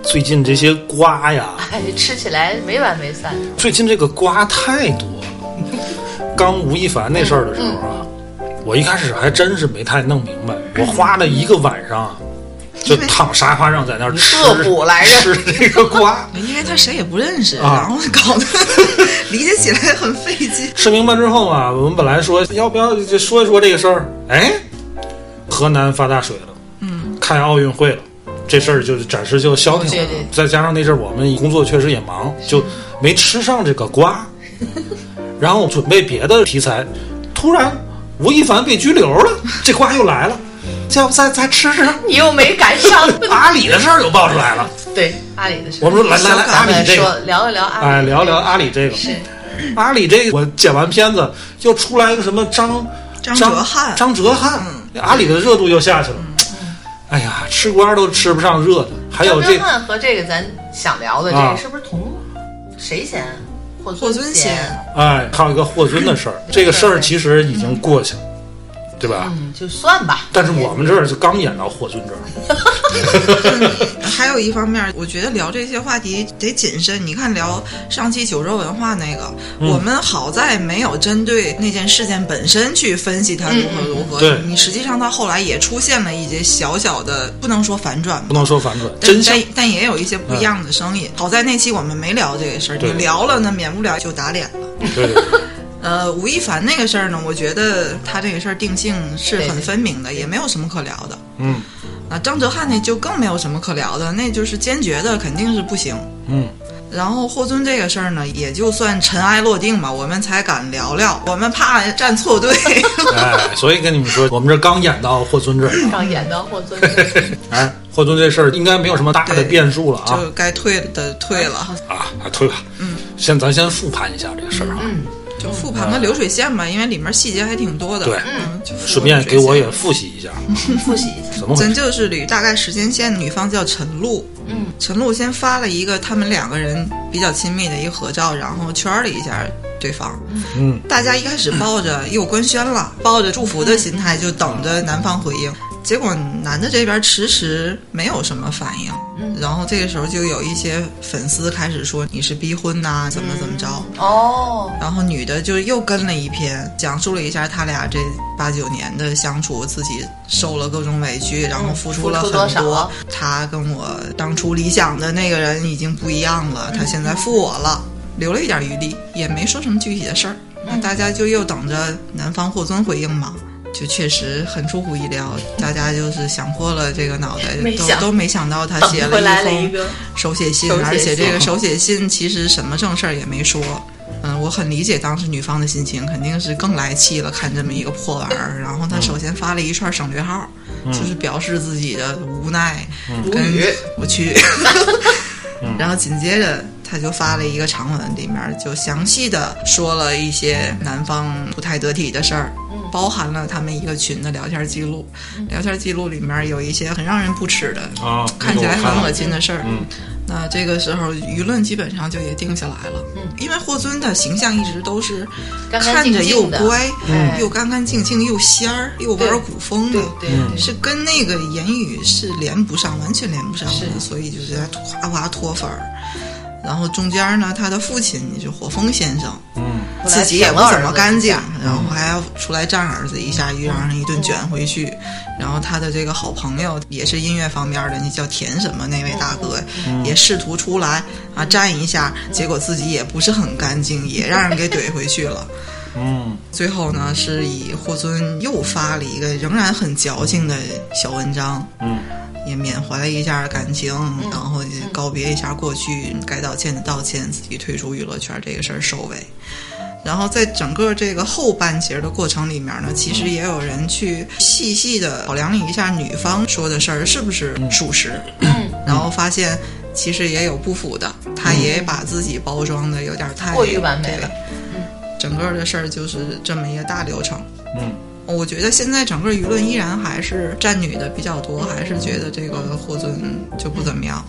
最近这些瓜呀，哎，吃起来没完没散。最近这个瓜太多了。刚吴亦凡那事儿的时候啊，我一开始还真是没太弄明白，我花了一个晚上啊，就因为躺沙发上在那儿吃恶补来着 吃这个瓜。因为他谁也不认识，啊然后 搞得理解起来很费劲。事明白之后啊，我们本来说要不要就说一说这个事儿，哎，河南发大水了，嗯，开奥运会了，这事儿就暂时就消停了。对对再加上那阵儿我们工作确实也忙，就没吃上这个瓜， 然后准备别的题材，突然吴亦凡被拘留了，这瓜又来了，要不再再吃吃？你又没赶 上。阿里的事儿又爆出来了，对，阿里的事。我们说来来来，香港阿里们这个说。聊一聊 阿里。哎，聊聊阿里这个。是阿里这个，我剪完片子又出来一个什么张张张哲瀚嗯张哲瀚，阿里的热度又下去了。哎呀，吃瓜都吃不上热的，还有张这震汉和这个咱想聊的这啊个是不是同谁先？霍霍尊尊先哎，还有一个霍尊的事嗯儿，这个事儿其实已经过去了，对吧？嗯，就算吧。但是我们这儿就刚演到霍尊这儿，还有一方面，我觉得聊这些话题得谨慎。你看，聊上期九州文化那个，嗯我们好在没有针对那件事件本身去分析它如何如何。嗯对你实际上它后来也出现了一些小小的，不能说反转吧不，能说反转，但真相嗯但但也有一些不一样的声音。好在那期我们没聊这个事儿，对你聊了呢，免不了就打脸了。对对对呃，吴亦凡那个事儿呢，我觉得他这个事儿定性是对很对分明的，也没有什么可聊的。嗯啊，张哲瀚那就更没有什么可聊的，那就是坚决的肯定是不行。嗯，然后霍尊这个事儿呢，也就算尘埃落定吧，我们才敢聊聊，我们怕站 错队。哎，所以跟你们说，我们这儿刚演到霍尊这儿啊，上演的霍尊， 哎，霍尊这事儿应该没有什么大的对变数了啊。就该退的退了，啊，啊，推吧。嗯，先咱先复盘一下这个事儿啊。嗯，就复盘个流水线吧，因为里面细节还挺多的。对嗯，就复顺便流水给我线也复习一下，啊嗯复习一下。怎么回咱事？就是捋大概时间线，女方叫陈露，嗯，陈露先发了一个他们两个人比较亲密的一个合照，然后圈了一下对方，嗯，大家一开始抱着又官宣了，抱着祝福的心态就等着男方回应，结果男的这边迟迟没有什么反应，嗯，然后这个时候就有一些粉丝开始说你是逼婚呐、怎么怎么着，哦，然后女的就又跟了一篇，讲述了一下他俩这八九年的相处，自己受了各种委屈，然后付出了很嗯付出多少他跟我当初理想的那个人已经不一样了，他现在负我了，留了一点余地，也没说什么具体的事儿。那大家就又等着男方霍尊回应嘛。就确实很出乎意料，大家就是想破了这个脑袋，没都想都没想到他等写回来了封一个手写信，手写信而且这个手写信其实什么正事儿也没说。嗯，我很理解当时女方的心情，肯定是更来气了，看这么一个破玩意儿。然后她首先发了一串省略号，就是表示自己的无奈，跟无语我去。 然后紧接着她就发了一个长文，里面就详细的说了一些男方不太得体的事儿，嗯包含了他们一个群的聊天记录。聊天记录里面有一些很让人不齿的啊，看起来那个我很看恶了心的事儿。嗯，那这个时候舆论基本上就也定下来了。嗯，因为霍尊的形象一直都是干干看净着又净的乖，嗯又干干净净，又仙儿，又玩古风的对。对嗯对，是跟那个言语是连不上，完全连不上的，是所以就是哗哗脱粉儿。然后中间呢，他的父亲就是火风先生，嗯，自己也不怎么干净，然后还要出来站儿子一下，又让人一嗯顿卷回去。然后他的这个好朋友也是音乐方面的，那叫田什么那位大哥，也试图出来啊站一下，结果自己也不是很干净，也让人给怼回去了。嗯，最后呢，是以霍尊又发了一个仍然很矫情的小文章，嗯，也缅怀了一下感情，嗯然后也告别一下过去，该道歉的道歉，自己退出娱乐圈这个事儿收尾。然后在整个这个后半截的过程里面呢，其嗯实也有人去细细的考量了一下女 嗯方说的事儿是不是属实，然后发现其实也有不符的，他他也把自己包装的有点太过于完美了嗯对整个的事儿就是这么一个大流程。嗯，我觉得现在整个舆论依然还是站女的比较多，还是觉得这个霍尊就不怎么样。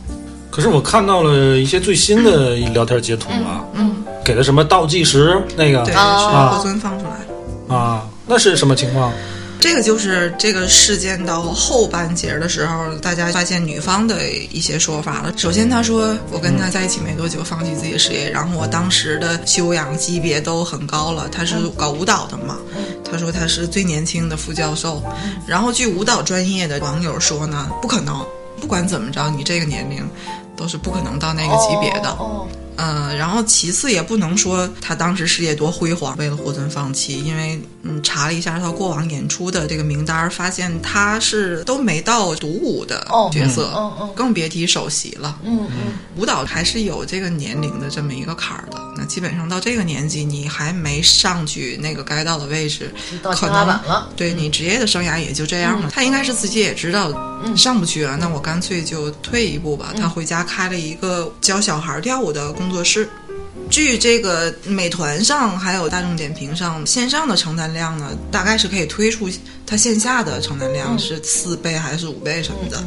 可是我看到了一些最新的聊天截图啊，嗯，给的什么倒计时那个对，是哦霍尊放出来。啊，那是什么情况？这个就是这个事件到后半截儿的时候，大家发现女方的一些说法了。首先，她说我跟他在一起没多久，放弃自己的事业，然后我当时的修养级别都很高了。她是搞舞蹈的嘛，她说她是最年轻的副教授。然后据舞蹈专业的网友说呢，不可能，不管怎么着，你这个年龄都是不可能到那个级别的。哦，嗯，然后其次也不能说他当时事业多辉煌，为了霍尊放弃，因为嗯查了一下他过往演出的这个名单儿，发现他是都没到独舞的哦角色，嗯嗯更别提首席了。嗯嗯舞蹈还是有这个年龄的这么一个坎儿的，那基本上到这个年纪，你还没上去那个该到的位置，你嗯到可天能花板了，嗯对你职业的生涯也就这样了。他应该是自己也知道嗯上不去了，啊那我干脆就退一步吧。他回家开了一个教小孩跳舞的工作室。据这个美团上还有大众点评上线上的承单量呢，大概是可以推出它线下的承单嗯量是四倍还是五倍什么的，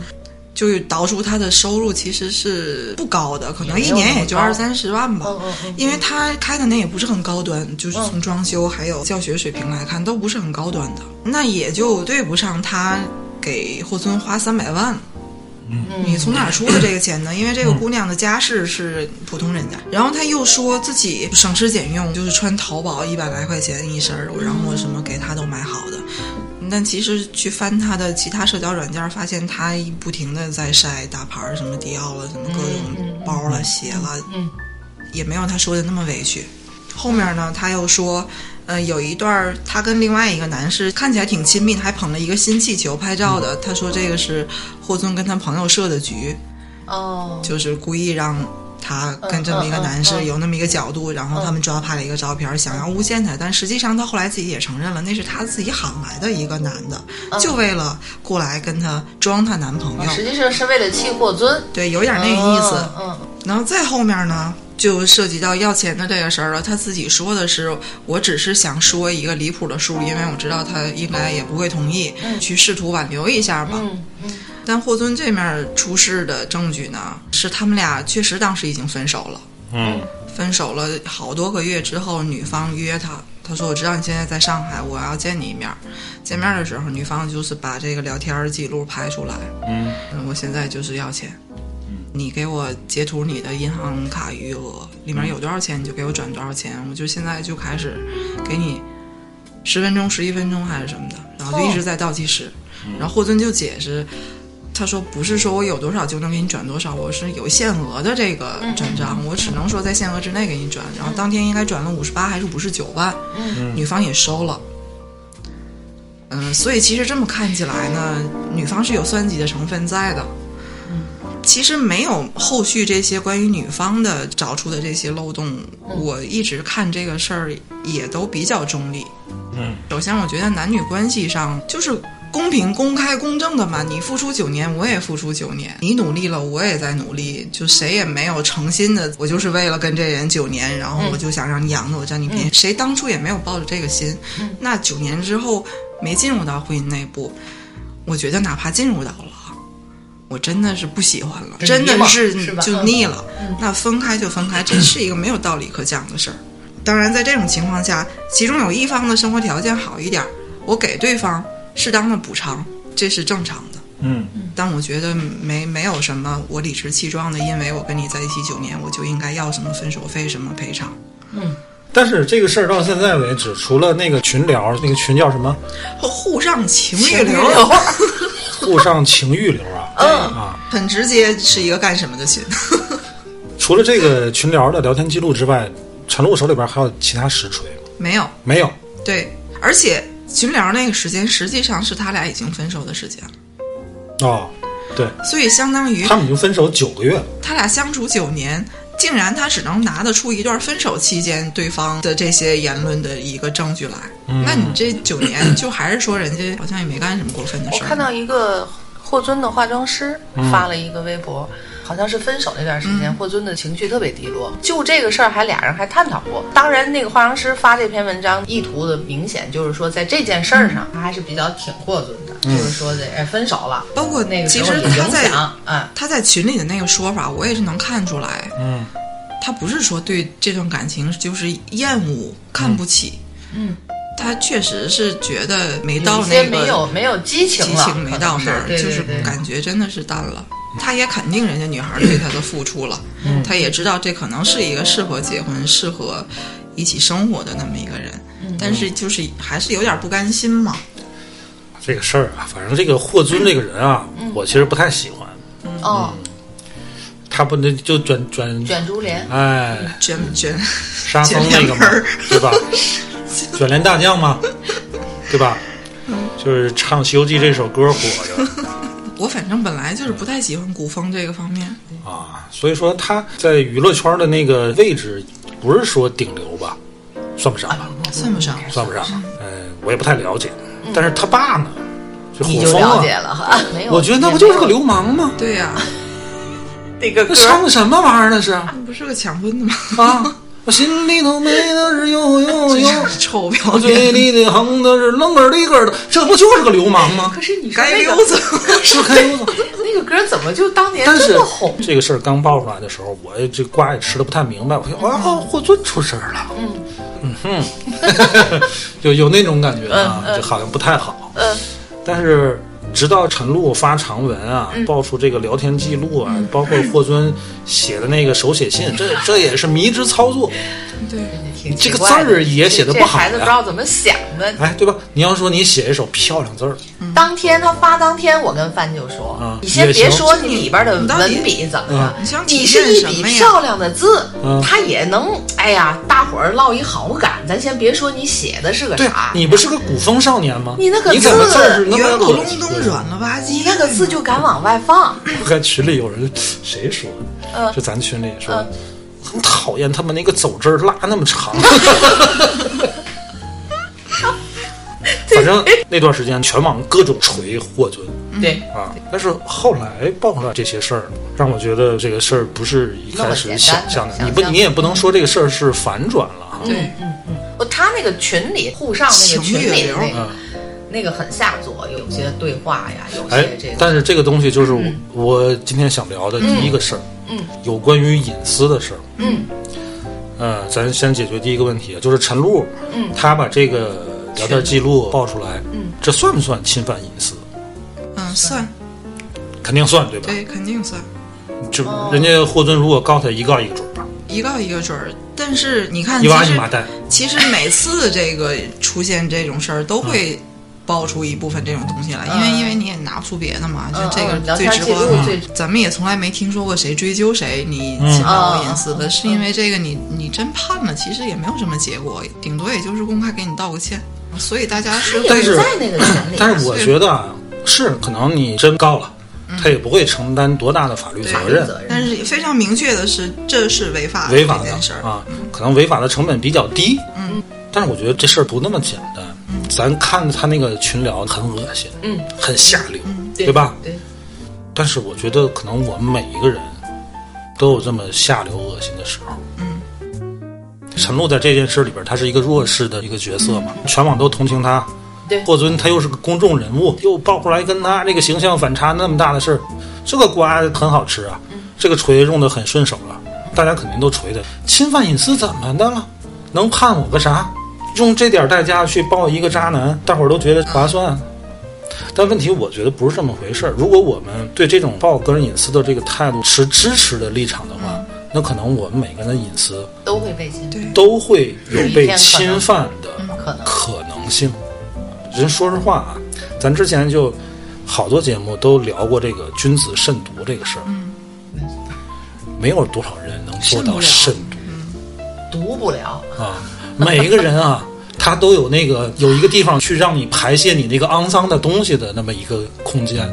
就导出他的收入其实是不高的，可能一年也就也没有那么二高三十万吧。嗯嗯嗯，因为他开的那也不是很高端，就是从装修还有教学水平来看，都不是很高端的，那也就对不上他给霍尊花三百万。嗯你从哪儿出的这个钱呢？因为这个姑娘的家世是普通人家，然后她又说自己省吃俭用，就是穿淘宝一百来块钱一身儿，然后我什么给她都买好的。但其实去翻她的其他社交软件儿，发现她不停的在晒大牌儿，什么迪奥了，啊什么各种包了、鞋啊了，嗯，也没有她说的那么委屈。后面呢，她又说，呃，有一段儿她跟另外一个男士看起来挺亲密的，还捧了一个新气球拍照的。她说这个是霍尊跟他朋友设的局，哦，就是故意让他跟这么一个男嗯嗯士嗯有那么一个角度，然后他们抓拍了一个照片，想要诬陷他，但实际上他后来自己也承认了，那是他自己喊来的一个男的，就为了过来跟他装她男朋啊实友，际上嗯是为了气霍尊，对，有点那个意思。嗯，嗯然后再后面呢，就涉及到要钱的这个事儿了。他自己说的是，我只是想说一个离谱的数，因为我知道他应该也不会同意，去试图挽留一下吧。嗯但霍尊这面出示的证据呢，是他们俩确实当时已经分手了。嗯分手了好多个月之后，女方约他，他说：“我知道你现在在上海，我要见你一面儿。”见面的时候，女方就是把这个聊天记录拍出来，嗯嗯我现在就是要钱。你给我截图你的银行卡余额，里面有多少钱你就给我转多少钱，我就现在就开始给你十分钟、十一分钟还是什么的，然后就一直在倒计时。然后霍尊就解释，他说不是说我有多少就能给你转多少，我是有限额的这个转账，我只能说在限额之内给你转。然后当天应该转了五十八还是五十九万，女方也收了。嗯，所以其实这么看起来呢，女方是有算计的成分在的。其实没有后续这些关于女方的找出的这些漏洞，我一直看这个事儿也都比较中立。嗯，首先我觉得男女关系上就是公平、公开、公正的嘛，你付出九年，我也付出九年，你努力了，我也在努力，就谁也没有诚心的，我就是为了跟这人九年，然后我就想让你养着我占你便宜，谁当初也没有抱着这个心，那九年之后没进入到婚姻那一步，我觉得哪怕进入到了。我真的是不喜欢了，真真的的是是是吧嗯就腻了。那分开就分开，这是一个没有道理可讲的事儿。当然，在这种情况下，其中有一方的生活条件好一点儿，我给对方适当的补偿，这是正常的。嗯但我觉得没没有什么我理直气壮的，因为我跟你在一起九年，我就应该要什么分手费、什么赔偿。但是这个事儿到现在为止，除了那个群聊，那个群叫什么或沪上情情欲欲流，流“沪上情欲流” 啊，嗯啊，很直接是一个干什么的群。除了这个群聊的聊天记录之外，陈露手里边还有其他实锤吗？没有，没有，对，而且群聊那个时间实际上是他俩已经分手的时间了，哦，对所以相当于他们已经分手九个月了，他俩相处九年，竟然他只能拿得出一段分手期间对方的这些言论的一个证据来。嗯那你这九年就还是说人家好像也没干什么过分的我事看儿。嗯到一个霍尊的化妆师发了一个微博，好像是分手那段时间，霍尊的情绪特别低落。就这个事儿，还俩人还探讨过。当然，那个化妆师发这篇文章意图的明显就是说，在这件事儿嗯上，他还是比较挺霍尊的，就是说的哎分手了，包括那个其时候实有他影在响，哎，他在群里的那个说法，我也是能看出来，嗯，他不是说对这段感情就是厌恶、看不起，嗯，他确实是觉得没到有一那些个没有没有激情激了，情没到那儿，可能是就对是对对，感觉真的是淡了。他也肯定人家女孩对他的付出了，他也知道这可能是一个适合结婚、适合一起生活的那么一个人，但是就是还是有点不甘心嘛。这个事儿啊，反正这个霍尊这个人啊，嗯我其实不太喜欢。哦，他不能就卷卷，卷珠帘，哎，卷卷沙僧那个嘛卷帘门儿，对吧？卷帘大将嘛，对吧？就是唱《西游记》这首歌火着我反正本来就是不太喜欢古风这个方面，啊，所以说他在娱乐圈的那个位置，不是说顶流吧，算不上吧，算不上。算不上吧。呃，我也不太了解，但是他爸呢，就你火就风了啊解，了哈。没有，我觉得那不就是个流氓吗？对呀、那个那歌唱的什么玩意儿那是那不是个抢婚的吗？啊？我心里头美的是呦 呦哎呦。臭不我要嘴脸，里的哼的是愣个儿里个儿的，这不就是个流氓吗？可是你说该那溜个子。是不是开溜子？那个歌怎么就当年但哎这是么红？这个事儿刚爆出来的时候，我这瓜也吃的不太明白，我说啊，霍尊出事儿了，嗯哼， 就有那种感觉啊，就好像不太好。嗯，但是直到陈露发长文啊，爆出这个聊天记录啊，包括霍尊写的那个手写信，这这也是迷之操作。对，挺这奇个怪字儿也写得不好这孩子不呀知道怎么想的。哎，对吧？你要说你写一手漂亮字儿，当天他发当天，我跟帆就说：“嗯你先也行别说你里边的你到底文笔怎么嗯样，你想你体是现一什笔么呀？漂亮的字嗯，他也能哎呀，大伙儿落一好感。咱先别说你写的是个对啥，你不是个古风少年吗？哎你那个怎么字字儿是那么圆咕恶心隆咚、软了吧唧，那个字就敢往外放，我看群里有人 谁说的，嗯就咱群里说，嗯很讨厌他们那个走之儿拉那么 长。 反正那段时间，全网各种锤霍尊对，啊，但是后来爆出来这些事儿，让我觉得这个事儿不是一开那始么简单想的象的。想你不，象你也不能说这个事儿是反转了啊。对，哦他那个群里沪上那情个群欲里的流那嗯个那个很下作，有些对话呀，有哎些这，个，但是这个东西就是我,、我今天想聊的第一个事儿，嗯，有关于隐私的事儿，嗯，呃，咱先解决第一个问题，啊就是陈露，嗯，他把这个聊天记录爆出来，嗯，这算不算侵犯隐私？嗯，算，肯定算，对吧？对，肯定算，就人家哦霍尊如果告他一告一个准儿，一告一个准儿。但是你看，一其挖一实麻袋，其实每次这个出现这种事儿，都嗯会爆出一部分这种东西来，因嗯为因为你也拿不出别的嘛，就这嗯聊个最天直记观录了。最咱们也从来没听说过谁追究谁，你嗯侵犯哦我隐私的，是嗯因为这个你你真判了，其实也没有什么结果，顶多也就是公开给你道个歉。所以大家是但是在那个 群里，但是我觉得啊，是可能你真告了，嗯他也不会承担多大的法律对责任，责任但是非常明确的是，这是违法的违法这件事的儿。啊，可能违法的成本比较低。嗯，但是我觉得这事儿不那么简单。嗯咱看他那个群聊很恶心，嗯，很下流，嗯对对吧？对，但是我觉得可能我们每一个人都有这么下流恶心的时候。嗯，陈露在这件事里边，他是一个弱势的一个角色嘛，全网都同情他。对霍尊他又是个公众人物，又爆出来跟他这个形象反差那么大的事儿，这个瓜很好吃啊，这个锤用的很顺手了，大家肯定都锤他。侵犯隐私怎么的了？能判我个啥？用这点代价去抱一个渣男，大伙儿都觉得划算。但问题我觉得不是这么回事儿。如果我们对这种报个人隐私的这个态度持支持的立场的话，那可能我们每个人的隐私都会被侵犯。对，都会有被侵犯的可能可嗯能性。人说实话啊，咱之前就好多节目都聊过这个君子慎独这个事儿，嗯没有多少人能做到嗯慎慎独读不了，啊。每一个人啊，他都有那个有一个地方去让你排泄你那个肮脏的东西的那么一个空间。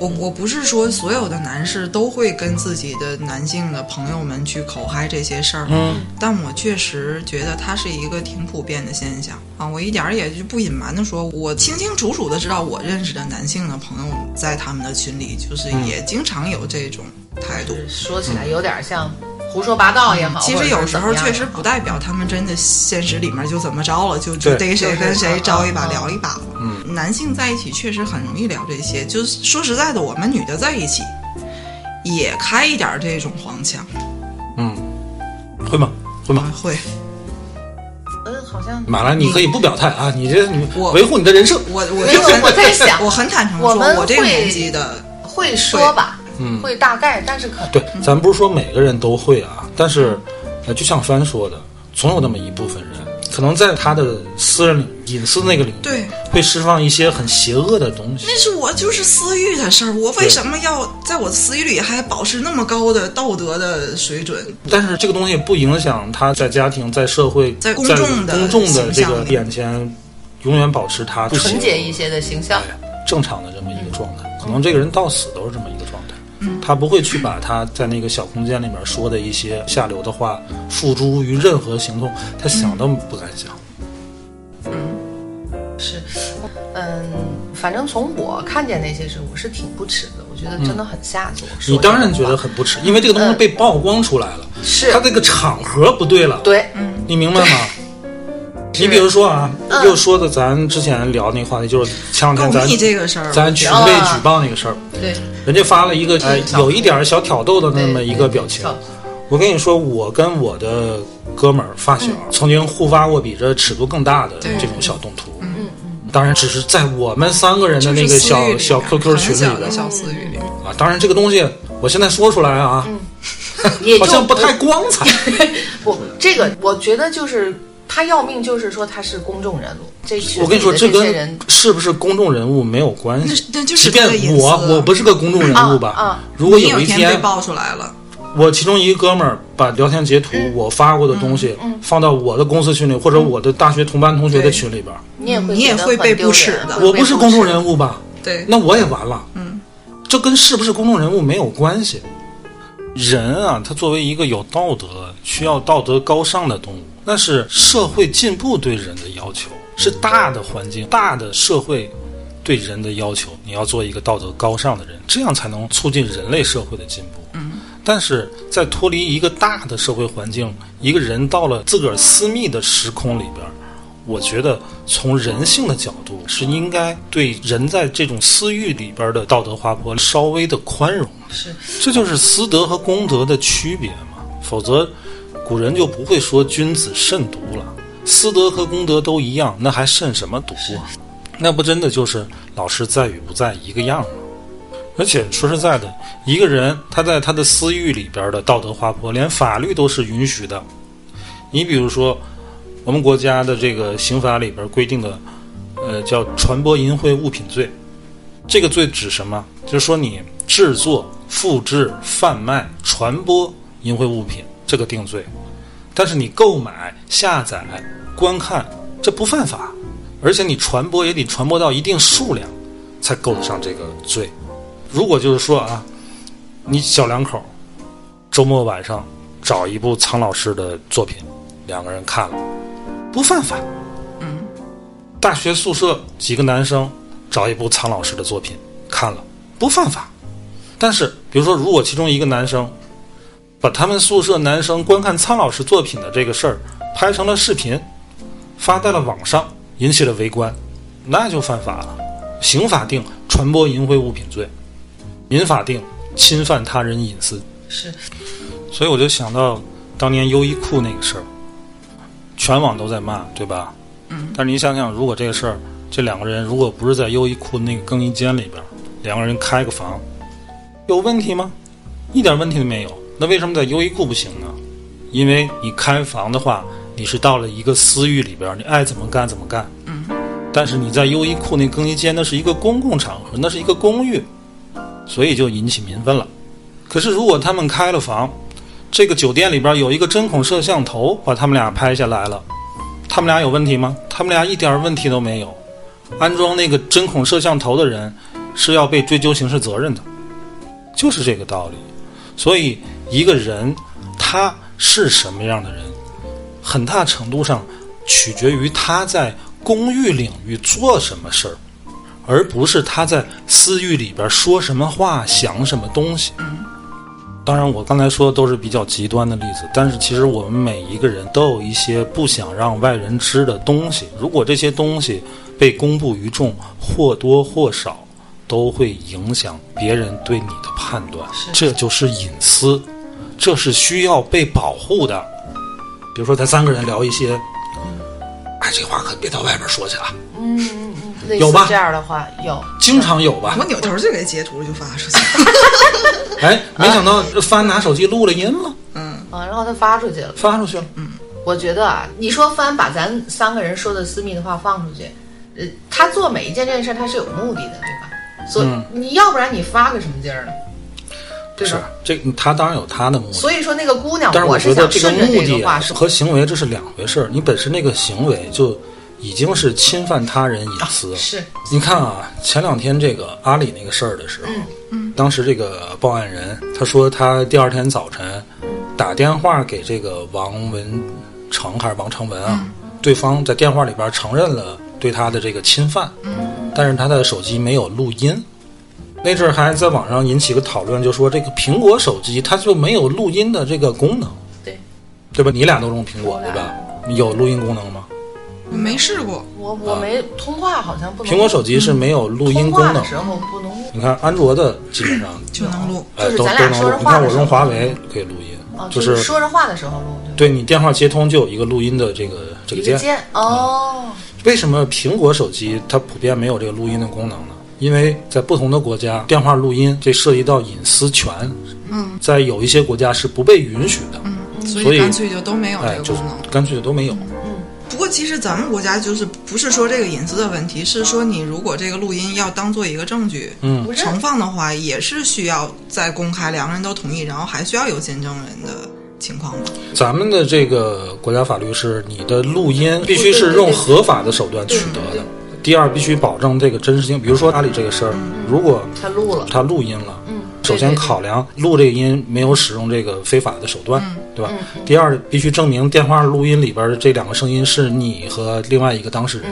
我我不是说所有的男士都会跟自己的男性的朋友们去口嗨这些事儿，嗯，但我确实觉得它是一个挺普遍的现象啊。我一点儿也就不隐瞒的说，我清清楚楚的知道，我认识的男性的朋友在他们的群里，就是也经常有这种态度。说起来有点像胡说八道也好，嗯其或实者有是时怎候么样确也实好不代表他们真的现实里面就怎么着了，就就对逮谁跟谁招一把嗯聊一把了。嗯，男性在一起确实很容易聊这些，就是说实在的，我们女的在一起也开一点这种黄腔，嗯啊会吗？会吗？会。嗯，好像马兰，你可以不表态啊，你这你嗯我维护你的人设。我我没就有很我在想我很坦诚我说，们我这个会年纪的会说吧，嗯，会大概，但是可能对，嗯咱不是说每个人都会啊，但是，呃，就像帆说的，总有那么一部分人，可能在他的私人领域隐私那个领域，对，会释放一些很邪恶的东西。那是我就是私欲的事儿，我为什么要在我私欲里还保持那么高的道德的水准？但是这个东西不影响他在家庭、在社会、在公公众的公众的形这象个里眼前，永远保持他不纯邪洁恶一些的形象。正常的这么一个状态，可能这个人到死都是这么一个状态。他不会去把他在那个小空间里面说的一些下流的话付诸于任何行动，他想都不敢想。是，嗯，反正从我看见那些事，我是挺不耻的，我觉得真的很下作。说你当然这觉种得话很不耻，因为这个东西嗯被曝光出来了，是它这个场合不对了，对，嗯你明白吗？你比如说啊，又说的咱之前聊那话题，就是前两告天咱密这个事儿，咱群被举报那个事儿，对，人家发了一个哎小有一点小挑逗的那么一个表情对。我跟你说，我跟我的哥们儿发小嗯曾经互发过比这尺度更大的这种小动图，嗯嗯，当然只是在我们三个人的就是那个私小欲里小面 QQ 群很小里的边小私欲里面，啊，当然这个东西我现在说出来啊，嗯也就呃好像不太光彩，不，这个我觉得就是他要命，就是说他是公众人物。这群我跟你说，里的这这些跟人是不是公众人物没有关系。那那就是即他的隐便私我我不是个公众人物吧，啊啊如果你有一天被爆出来了，我其中一个哥们儿把聊天截嗯图我发过的东西放到我的公司群里或者我的大学同班同学的群里边儿，你也嗯会你也觉得会很被丢不耻脸啊的会我被不是不公众耻人物吧？对，那我也完了。嗯，这跟是不是公众人物没有关系。人啊，他作为一个有道德、需要道德高尚的动物，那是社会进步对人的要嗯求，是大的环境、大的社会对人的要求。你要做一个道德高尚的人，这样才能促进人类社会的进步。嗯，但是在脱离一个大的社会环境，一个人到了自个儿私密的时空里边儿，我觉得从人性的角度是应该对人在这种私欲里边的道德滑坡稍微的宽容，是这就是私德和公德的区别嘛。否则，古人就不会说君子慎独了。私德和公德都一样，那还慎什么独啊？那不真的就是老师在与不在一个样吗？而且说实在的，一个人他在他的私欲里边的道德滑坡，连法律都是允许的。你比如说，我们国家的这个刑法里边规定的，呃，叫传播淫秽物品罪。这个罪指什么？就是说你制作、复制、贩卖、传播淫秽物品，这个定罪。但是你购买、下载、观看，这不犯法，而且你传播也得传播到一定数量，才够得上这个罪。如果就是说啊，你小两口周末晚上找一部苍老师的作品，两个人看了，不犯法。嗯，大学宿舍几个男生找一部苍老师的作品看了，不犯法。但是，比如说，如果其中一个男生把他们宿舍男生观看苍老师作品的这个事儿拍成了视频，发在了网上，引起了围观，那就犯法了。刑法定传播淫秽物品罪，民法定侵犯他人隐私是所以我就想到当年优衣库那个事儿，全网都在骂，对吧？嗯。但是你想想，如果这个事儿，这两个人如果不是在优衣库那个更衣间里边儿，两个人开个房，有问题吗？一点问题都没有。那为什么在优衣库不行呢？因为你开房的话，你是到了一个私域里边儿，你爱怎么干怎么干。嗯。但是你在优衣库那更衣间，那是一个公共场合，那是一个公寓，所以就引起民愤了。可是如果他们开了房，这个酒店里边有一个针孔摄像头把他们俩拍下来了，他们俩有问题吗？他们俩一点问题都没有。安装那个针孔摄像头的人是要被追究刑事责任的，就是这个道理。所以，一个人他是什么样的人，很大程度上取决于他在公域领域做什么事儿，而不是他在私域里边说什么话、想什么东西。当然，我刚才说的都是比较极端的例子，但是其实我们每一个人都有一些不想让外人知的东西。如果这些东西被公布于众，或多或少都会影响别人对你的判断。这就是隐私，这是需要被保护的。比如说，咱三个人聊一些，哎，这话可别到外边说去啊，嗯嗯嗯，类有似吧这样的话有，经常有吧我？扭头就给截图就发出去。哎，没想到翻拿手机录了音了，嗯，啊，然后他发出去了。发出去了。我觉得啊，你说翻把咱三个人说的私密的话放出去，呃，他做每一件这件事他是有目的的，对吧？所以、嗯你要不然你发个什么劲儿呢？对是啊吧？，这他当然有他的目的。所以说那个姑娘但，是我我觉是得想这个顺着目这的个话啊说，和行为这是两回事儿。你本身那个行为就已经是侵犯他人隐私了。是你看啊，前两天这个阿里那个事儿的时候，当时这个报案人他说他第二天早晨打电话给这个王文成还是王成文啊，对方在电话里边承认了对他的这个侵犯，但是他的手机没有录音。那阵儿还在网上引起个讨论，就说这个苹果手机它就没有录音的这个功能，对对吧？你俩都用苹果对吧？有录音功能吗？我 没试过，我我没通话好像不能啊苹果手机是没有录音通功话能的，时候不能你看安卓的基本上就能录。呃 就是都咱都俩能说录着。你话看的我时用候华为可以录音，啊，就是说着话的时候录对你电话接通就有一个录音的这个这对个一键。个键哦，为什么苹果手机它普遍没有这个录音的功能呢？因为在不同的国家，电话录音这涉及到隐私权，嗯，在有一些国家是不被允许的。嗯所所以以干脆就都没有哎，这个就功能。干脆就都没有。不过其实咱们国家就是不是说这个隐私的问题，是说你如果这个录音要当做一个证据嗯不认盛放的话，也是需要在公开两个人都同意，然后还需要有见证人的情况吧。咱们的这个国家法律是，你的录音哦必须是用合法的手段取得的。第二，必须保证这个真实性。比如说阿里这个事儿，如果他录了，他录音了，嗯，首先对对对考量录这个音没有使用这个非法的手段，对吧？第二，必须证明电话录音里边的这两个声音是你和另外一个当事人。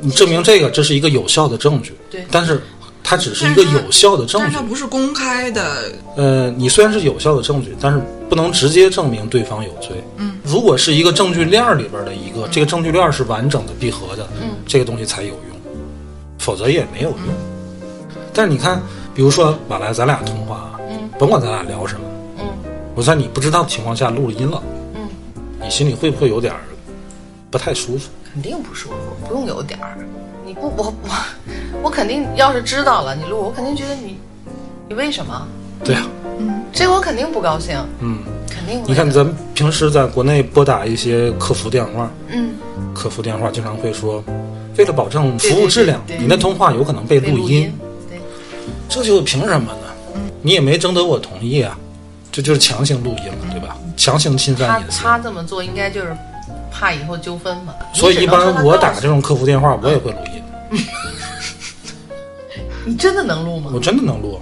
你证明这个，这是一个有效的证据。对但是它只是一个但是它有效的证但是据它。不是公开的，呃，你虽然是有效的证据，但是不能直接证明对方有罪。嗯，如果是一个证据链儿里边的一个，这个证据链儿是完整的、闭合的，嗯，这个东西才有用，否则也没有用。但是你看，比如说马来，咱俩通话，嗯，甭管咱俩聊什么，嗯，我在你不知道的情况下录了音了，嗯，你心里会不会有点儿不太舒服？肯定不舒服，不用有点儿。你不，我我我肯定要是知道了你录，我肯定觉得你你为什么？对啊呀、这个我肯定不高兴，嗯，肯定会。你看，咱们平时在国内拨打一些客服电话，嗯，客服电话经常会说，为了保证服务质量，对对对对你的通话有可能被被录录音，嗯对，这就凭什么呢？你也没征得我同意啊，这就是强行录音了，对吧？强行侵他犯隐私。他这么做应该就是怕以后纠纷嘛。所以你一只能说般他我告打诉这种客服电话，我也会录音，你，你真的能录我嗯吗？真的能录。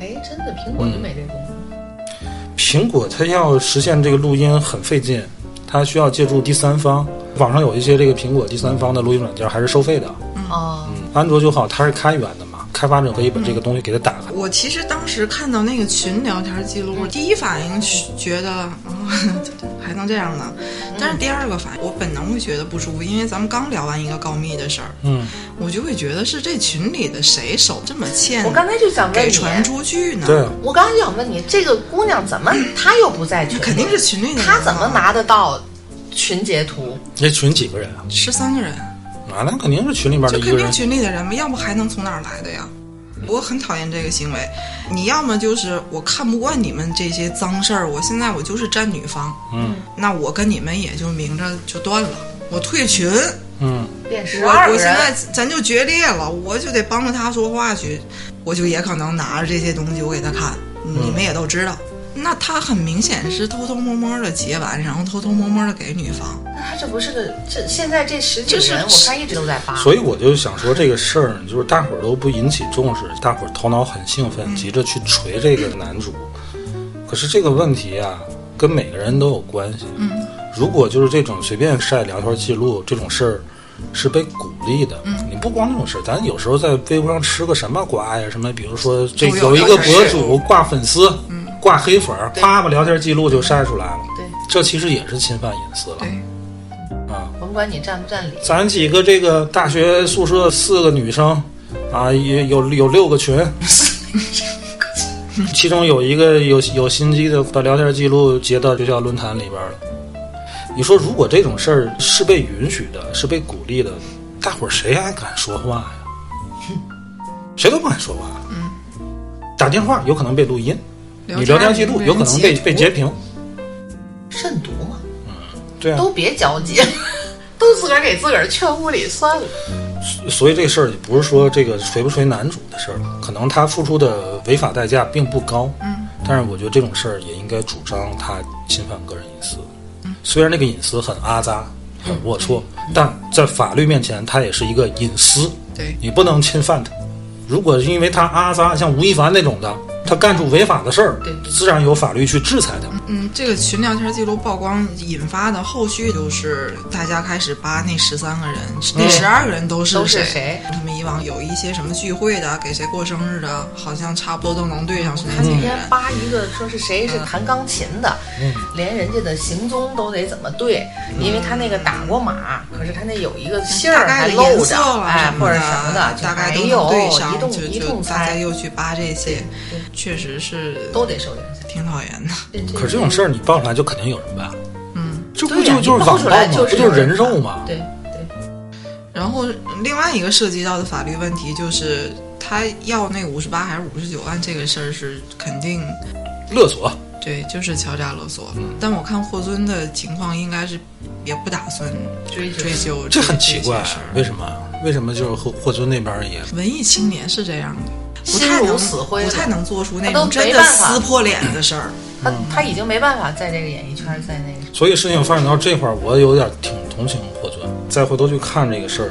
哎，真的苹果就没这功能。苹果它要实现这个录音很费劲，它需要借助第三方，网上有一些这个苹果第三方的录音软件还是收费的。啊嗯哦，安卓就好，它是开源的嘛，开发者可以把这个东西给它打开。我其实当时看到那个群聊天记录，第一反应是觉得啊、 还能这样呢，嗯但是第二个反应，我本能会觉得不舒服，因为咱们刚聊完一个告密的事儿，嗯，我就会觉得是这群里的谁手这么欠，我刚才就想问给你，传出去呢？对啊，我刚才就想问你，这个姑娘怎 么她又不在群那里？肯定是群里的人啊。她怎么拿得到群截图？这群几个人啊？十三个人？啊，那肯定是群里边的就一个肯定人。群里的人嘛，要不还能从哪儿来的呀？我很讨厌这个行为，你要么就是我看不惯你们这些脏事儿，我现在我就是站女方，嗯，那我跟你们也就明着就断了，我退群，嗯，变十二我个我现人，在咱就决裂了，我就得嗯帮着他说话去，我就也可能拿着这些东西我给他看，你们也都知道，那他很明显是偷偷摸摸的结完，然后偷偷摸摸的给女方。那他啊这不是个这现在这十几这个是人，我看一直都在扒。所以我就想说这个事儿，就是大伙儿都不引起重视，大伙儿头脑很兴奋，急着去锤这个男主。可是这个问题啊，跟每个人都有关系。嗯，如果就是这种随便晒聊天记录这种事儿，是被鼓励的。嗯，你不光这种事儿，咱有时候在微博上吃个什么瓜呀，什么，比如说这都有有一个这博种事主挂粉丝，挂黑粉儿，啪把聊天记录就晒出来了。对，这其实也是侵犯隐私了对，啊。甭管你占不占理，咱几个这个大学宿舍四个女生，啊，也有有六个 群，其中有一个有有心机的把聊天记录截到学校论坛里边了。你说，如果这种事儿是被允许的，是被鼓励的，大伙儿谁还敢说话呀？谁都不敢说话。嗯。打电话有可能被录音，你聊天记录有可能被被截屏。慎独嘛，对啊。都别交接， 都自个儿给自个儿圈屋里算了。所以这事儿也不是说这个锤不锤男主的事儿，可能他付出的违法代价并不高。嗯，但是我觉得这种事儿也应该主张他侵犯个人隐私。嗯虽然那个隐私很阿扎、很龌龊，但在法律面前，它也是一个隐私，对你不能侵犯它。如果是因为他阿扎像吴亦凡那种的，他干出违法的事儿对，自然有法律去制裁他。嗯，这个群聊天记录曝光引发的后续就是大家开始扒那十三个人，那十二个人都是嗯都是谁谁？他们以往有一些什么聚会的，给谁过生日的，好像差不多都能对上是哪今几个嗯天人。扒一个说是谁是弹钢琴的，连人家的行踪都得怎么对，嗯因为他那个打过码，可是他那有一个信儿大概还的露颜色啊着了，，嗯哎，或者什么的，就大概都没能有对一上，动就一就动大家猜，又去扒这些，确实是都得受影响。挺讨厌的。这可是这种事儿你爆出来，就肯定有人办。嗯，这不对呀就就是啊网你爆暴出来吗？就不是就是有人人肉办吗？对对，然后另外一个涉及到的法律问题就是，他要那五十八还是五十九万这个事儿是肯定勒索。对，就是敲诈勒索。但我看霍尊的情况应该是也不打算追究追究这这很奇怪这些事，儿为什么？为什么就是霍霍尊那边也文艺青年是这样的，不心太如能死灰不太了能做出那他都种真没的办法撕破脸的事儿。他嗯他已经没办法在这个演艺圈儿，在那个所以事情发展到这块儿，我有点挺同情霍尊。再回头去看这个事儿，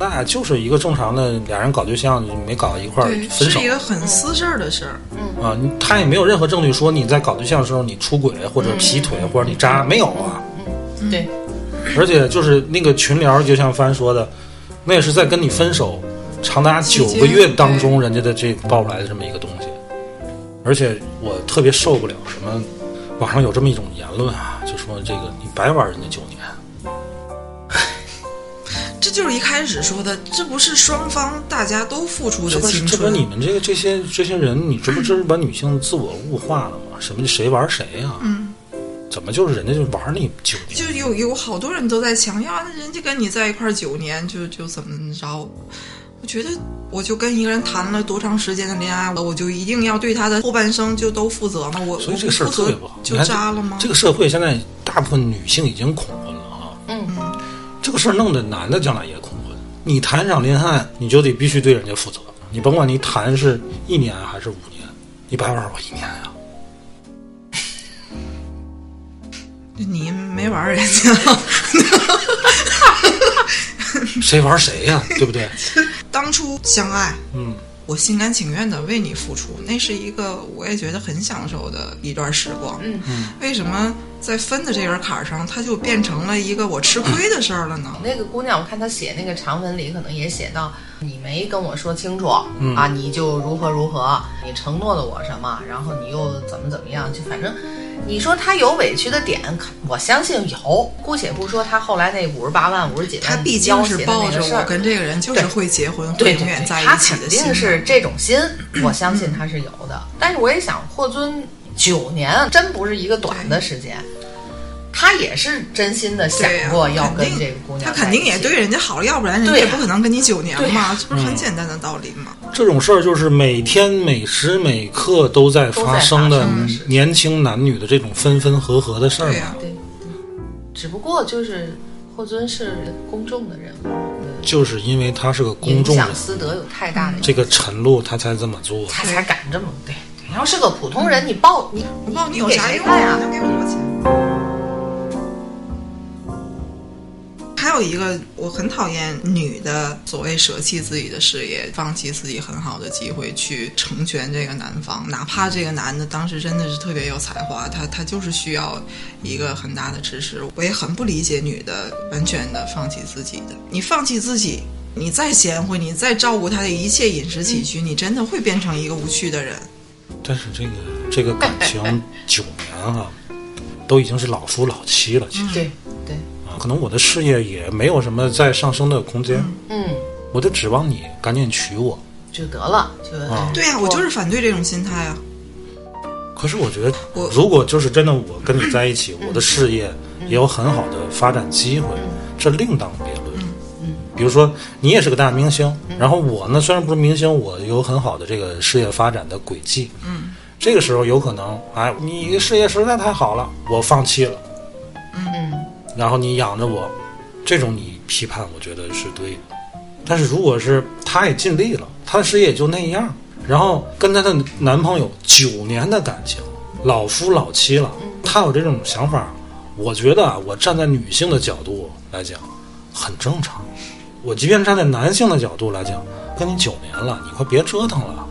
那就是一个正常的俩人搞对象没搞一块儿对，嗯分手是一个很私事儿的事儿。啊，你他也没有任何证据说你在搞对象的时候你出轨或者劈腿嗯或者你渣，没有啊。对而且就是那个群聊，就像帆说的，那也是在跟你分手长达九个月当中，人家的这爆出来的这么一个东西。而且我特别受不了什么，网上有这么一种言论啊，就说这个你白玩人家九年，这就是一开始说的，这不是双方大家都付出这的不青这不春。你们这个这些这些人，你这不这是把女性自我物化了吗？什么谁玩谁呀、嗯，怎么就是人家就玩你九年？就有有好多人都在强调，那人家跟你在一块儿九年，就就怎么着？我觉得我就跟一个人谈了多长时间的恋爱，我就一定要对他的后半生就都负责吗？我所以这个事儿我不特负别责不好。你就看这渣了吗？这个社会现在大部分女性已经恐婚了啊。嗯，这个事儿弄得男的将来也恐婚。你谈一场恋爱，你就得必须对人家负责，你甭管你谈是一年还是五年，你白玩我一年啊 呀、你没玩儿人家， 谁玩谁呀、对不对？当初相爱，嗯，我心甘情愿的为你付出，那是一个我也觉得很享受的一段时光。嗯为什么在分的这根坎儿上，它就变成了一个我吃亏的事儿了呢？那个姑娘，我看她写那个长文里，可能也写到，你没跟我说清楚、嗯啊，你就如何如何，你承诺了我什么，然后你又怎么怎么样，就反正，你说她有委屈的点，可我相信有。姑且不说她后来那五十八万、五十几万，他毕竟嗯是抱着我跟这这个人就是会结婚、会对永对远对，在她一起肯的心定是这种心，我相信她是有的。但是我也想，霍尊九年真不是一个短的时间。他也是真心的想对呀啊过要跟肯定这个姑娘在一起，他肯定也对人家好，要不然人家对也呀不可能跟你九年对嗯嘛，这不是很简单的道理吗？这种事儿就是每天每时每刻都在发生都在的发生的事年轻男女的这种分分合合的事儿对嘛呀，，对，对嗯只不过就是霍尊是公众的人物，就是因为他是个公影众人响，私德有太大的影响，这个陈露他才这么做。他才敢这么对对。你要是个普通人，你报你我报你有给啥谁用看呀啊？他给我多少钱？还有一个，我很讨厌女的所谓舍弃自己的事业，放弃自己很好的机会去成全这个男方，哪怕这个男的当时真的是特别有才华，他他就是需要一个很大的支持。我也很不理解女的完全的放弃自己的，你放弃自己。你再贤惠，你再照顾他的一切饮食起居，你真的会变成一个无趣的人。但是这个这个感情九年啊， 都已经是老夫老妻了，其实、对对，啊，可能我的事业也没有什么再上升的空间，嗯，我就指望你赶紧娶我。就得了，就 啊对呀、我就是反对这种心态啊。可是我觉得我，如果就是真的我跟你在一起，我的事业也有很好的发展机会，这另当别论。比如说，你也是个大明星，然后我呢，虽然不是明星，我有很好的这个事业发展的轨迹。嗯，这个时候有可能，哎，你事业实在太好了，我放弃了，嗯，然后你养着我，这种你批判，我觉得是对的。但是如果是她也尽力了，她的事业也就那样，然后跟她的男朋友九年的感情，老夫老妻了，她有这种想法，我觉得啊，我站在女性的角度来讲，很正常。我即便站在男性的角度来讲，跟你九年了，你快别折腾了，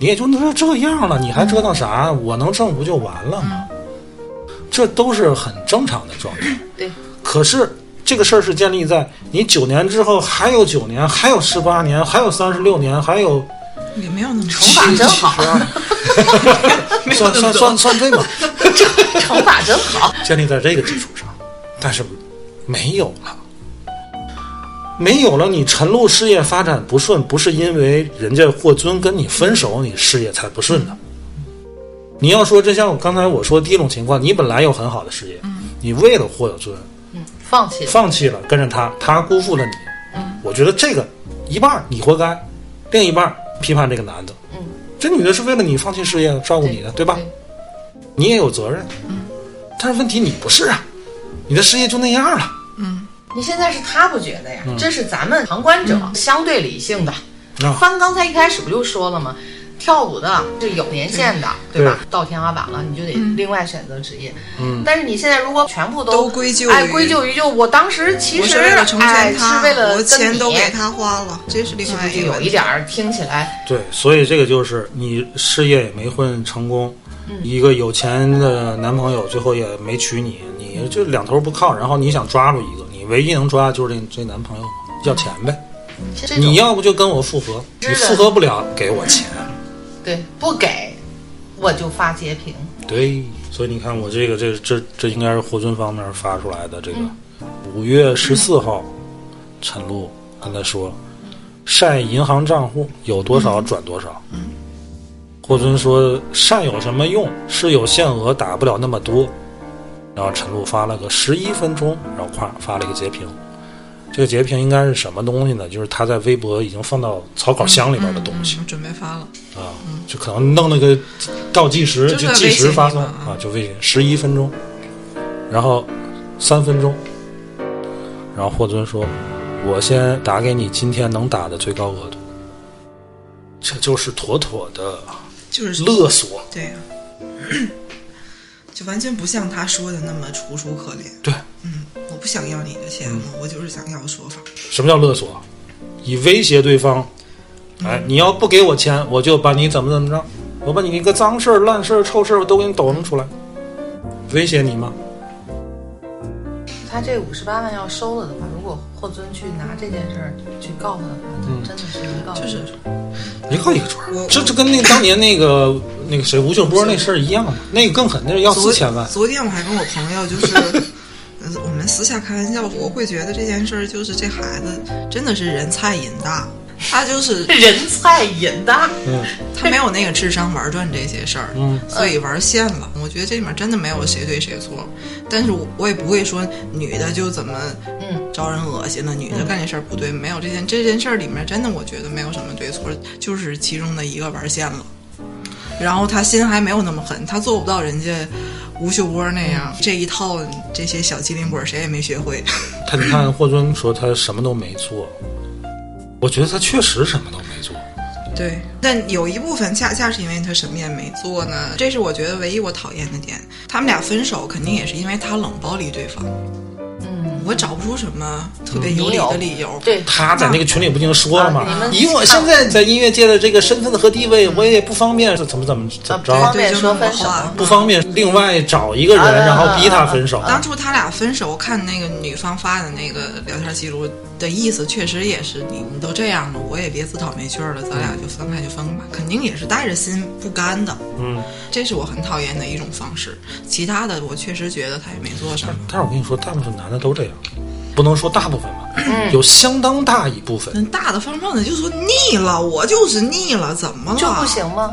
你也就那这样了，你还折腾啥？我能挣不就完了吗？这都是很正常的状态。对，可是这个事儿是建立在你九年之后还有九年，还有十八年，还有三十六年，还有也 没有那么惩罚真好，算算算算这个，惩罚真好，建立在这个基础上，但是没有了。没有了，你陈露事业发展不顺，不是因为人家霍尊跟你分手，你事业才不顺的。你要说，就像我刚才我说第一种情况，你本来有很好的事业，你为了霍尊，嗯放弃了，放弃了跟着他，他辜负了你。我觉得这个一半儿你活该，另一半儿批判这个男的。嗯这女的是为了你放弃事业照顾你的，对吧？嗯你也有责任。但是问题你不是啊，你的事业就那样了。你现在是他不觉得呀，这是咱们旁观者相对理性的。嗯啊，帆刚才一开始不就说了吗？跳舞的是有年限的，嗯对吧？到天花板了，你就得另外选择职业。嗯但是你现在如果全部都都归咎于哎，归咎于就我当时其我实是为了成哎全是他，为了我跟钱你都给，他花了，这是另是不外是一就个有问一题。点儿听起来对，所以这个就是你事业也没混成功，一个有钱的男朋友最后也没娶你，你就两头不靠，然后你想抓住一个，你唯一能抓就是这这男朋友要钱呗。这种你要不就跟我复合，是你的复合不了，给我钱。对不给，我就发截屏。对，所以你看我这个，这这这应该是霍尊方面发出来的这个，五、月十四号，陈露跟他说，晒银行账户有多少转多少。霍尊说晒有什么用？是有限额，打不了那么多。然后陈露发了个十一分钟，然后咵发了一个截屏。这个截屏应该是什么东西呢？就是他在微博已经放到草稿箱里边的东西。嗯准备发了，啊，就可能弄了个倒计时，就就是计时发送微信里嘛啊，就微信十一分钟，然后三分钟，然后霍尊说：“我先打给你今天能打的最高额度。”这就是妥妥的就是嗯勒索，对呀、就完全不像他说的那么楚楚可怜。对。嗯，我不想要你的钱嗯了，我就是想要说法。什么叫勒索？以威胁对方，哎，你要不给我钱，我就把你怎么怎么着，我把你那个脏事儿、烂事儿、臭事儿都给你抖弄出来，威胁你吗？他这五十八万要收了的话，如果霍尊去拿这件事儿去告他的话，他真的是没告嗯诉就是一个一个抓我，这这跟那当年那个那个谁吴秀波那事儿一样嘛，那个更狠，那是哦要昨四千万。昨天我还跟我朋友就是，呃我们私下开玩笑，我会觉得这件事儿就是这孩子真的是人菜瘾大，他就是人菜瘾大，嗯他没有那个智商玩转这些事儿，嗯，所以玩线了。我觉得这里面真的没有谁对谁错，但是我我也不会说女的就怎么嗯招人恶心了，女的干这事儿不对，没有这件这件事儿里面真的我觉得没有什么对错，就是其中的一个玩线了。然后他心还没有那么狠，他做不到人家吴秀波那样、这一套这些小机灵鬼儿谁也没学会。他你看霍尊说他什么都没做，我觉得他确实什么都没做，对，但有一部分恰恰是因为他什么也没做呢，这是我觉得唯一我讨厌的点。他们俩分手肯定也是因为他冷暴力对方，嗯，我找不出什么特别有理的理由。对，他在那个群里不就说了吗啊你？们以我现在在音乐界的这个身份和地位，我也不方便是怎么怎么怎么不着方，便说分手啊不方便另外找一个人，啊啊啊啊然后逼他分手。当初他俩分手，我看那个女方发的那个聊天记录的意思，确实也是你你都这样了，我也别自讨没趣儿了，咱俩就分开就分吧，肯定也是带着心不甘的，嗯，这是我很讨厌的一种方式。其他的我确实觉得他也没做什么。但是我跟你说，大部分男的都这样，不能说大部分吧，嗯有相当大一部分那嗯大大方方的就说腻了，我就是腻了，怎么了？就不，行吗？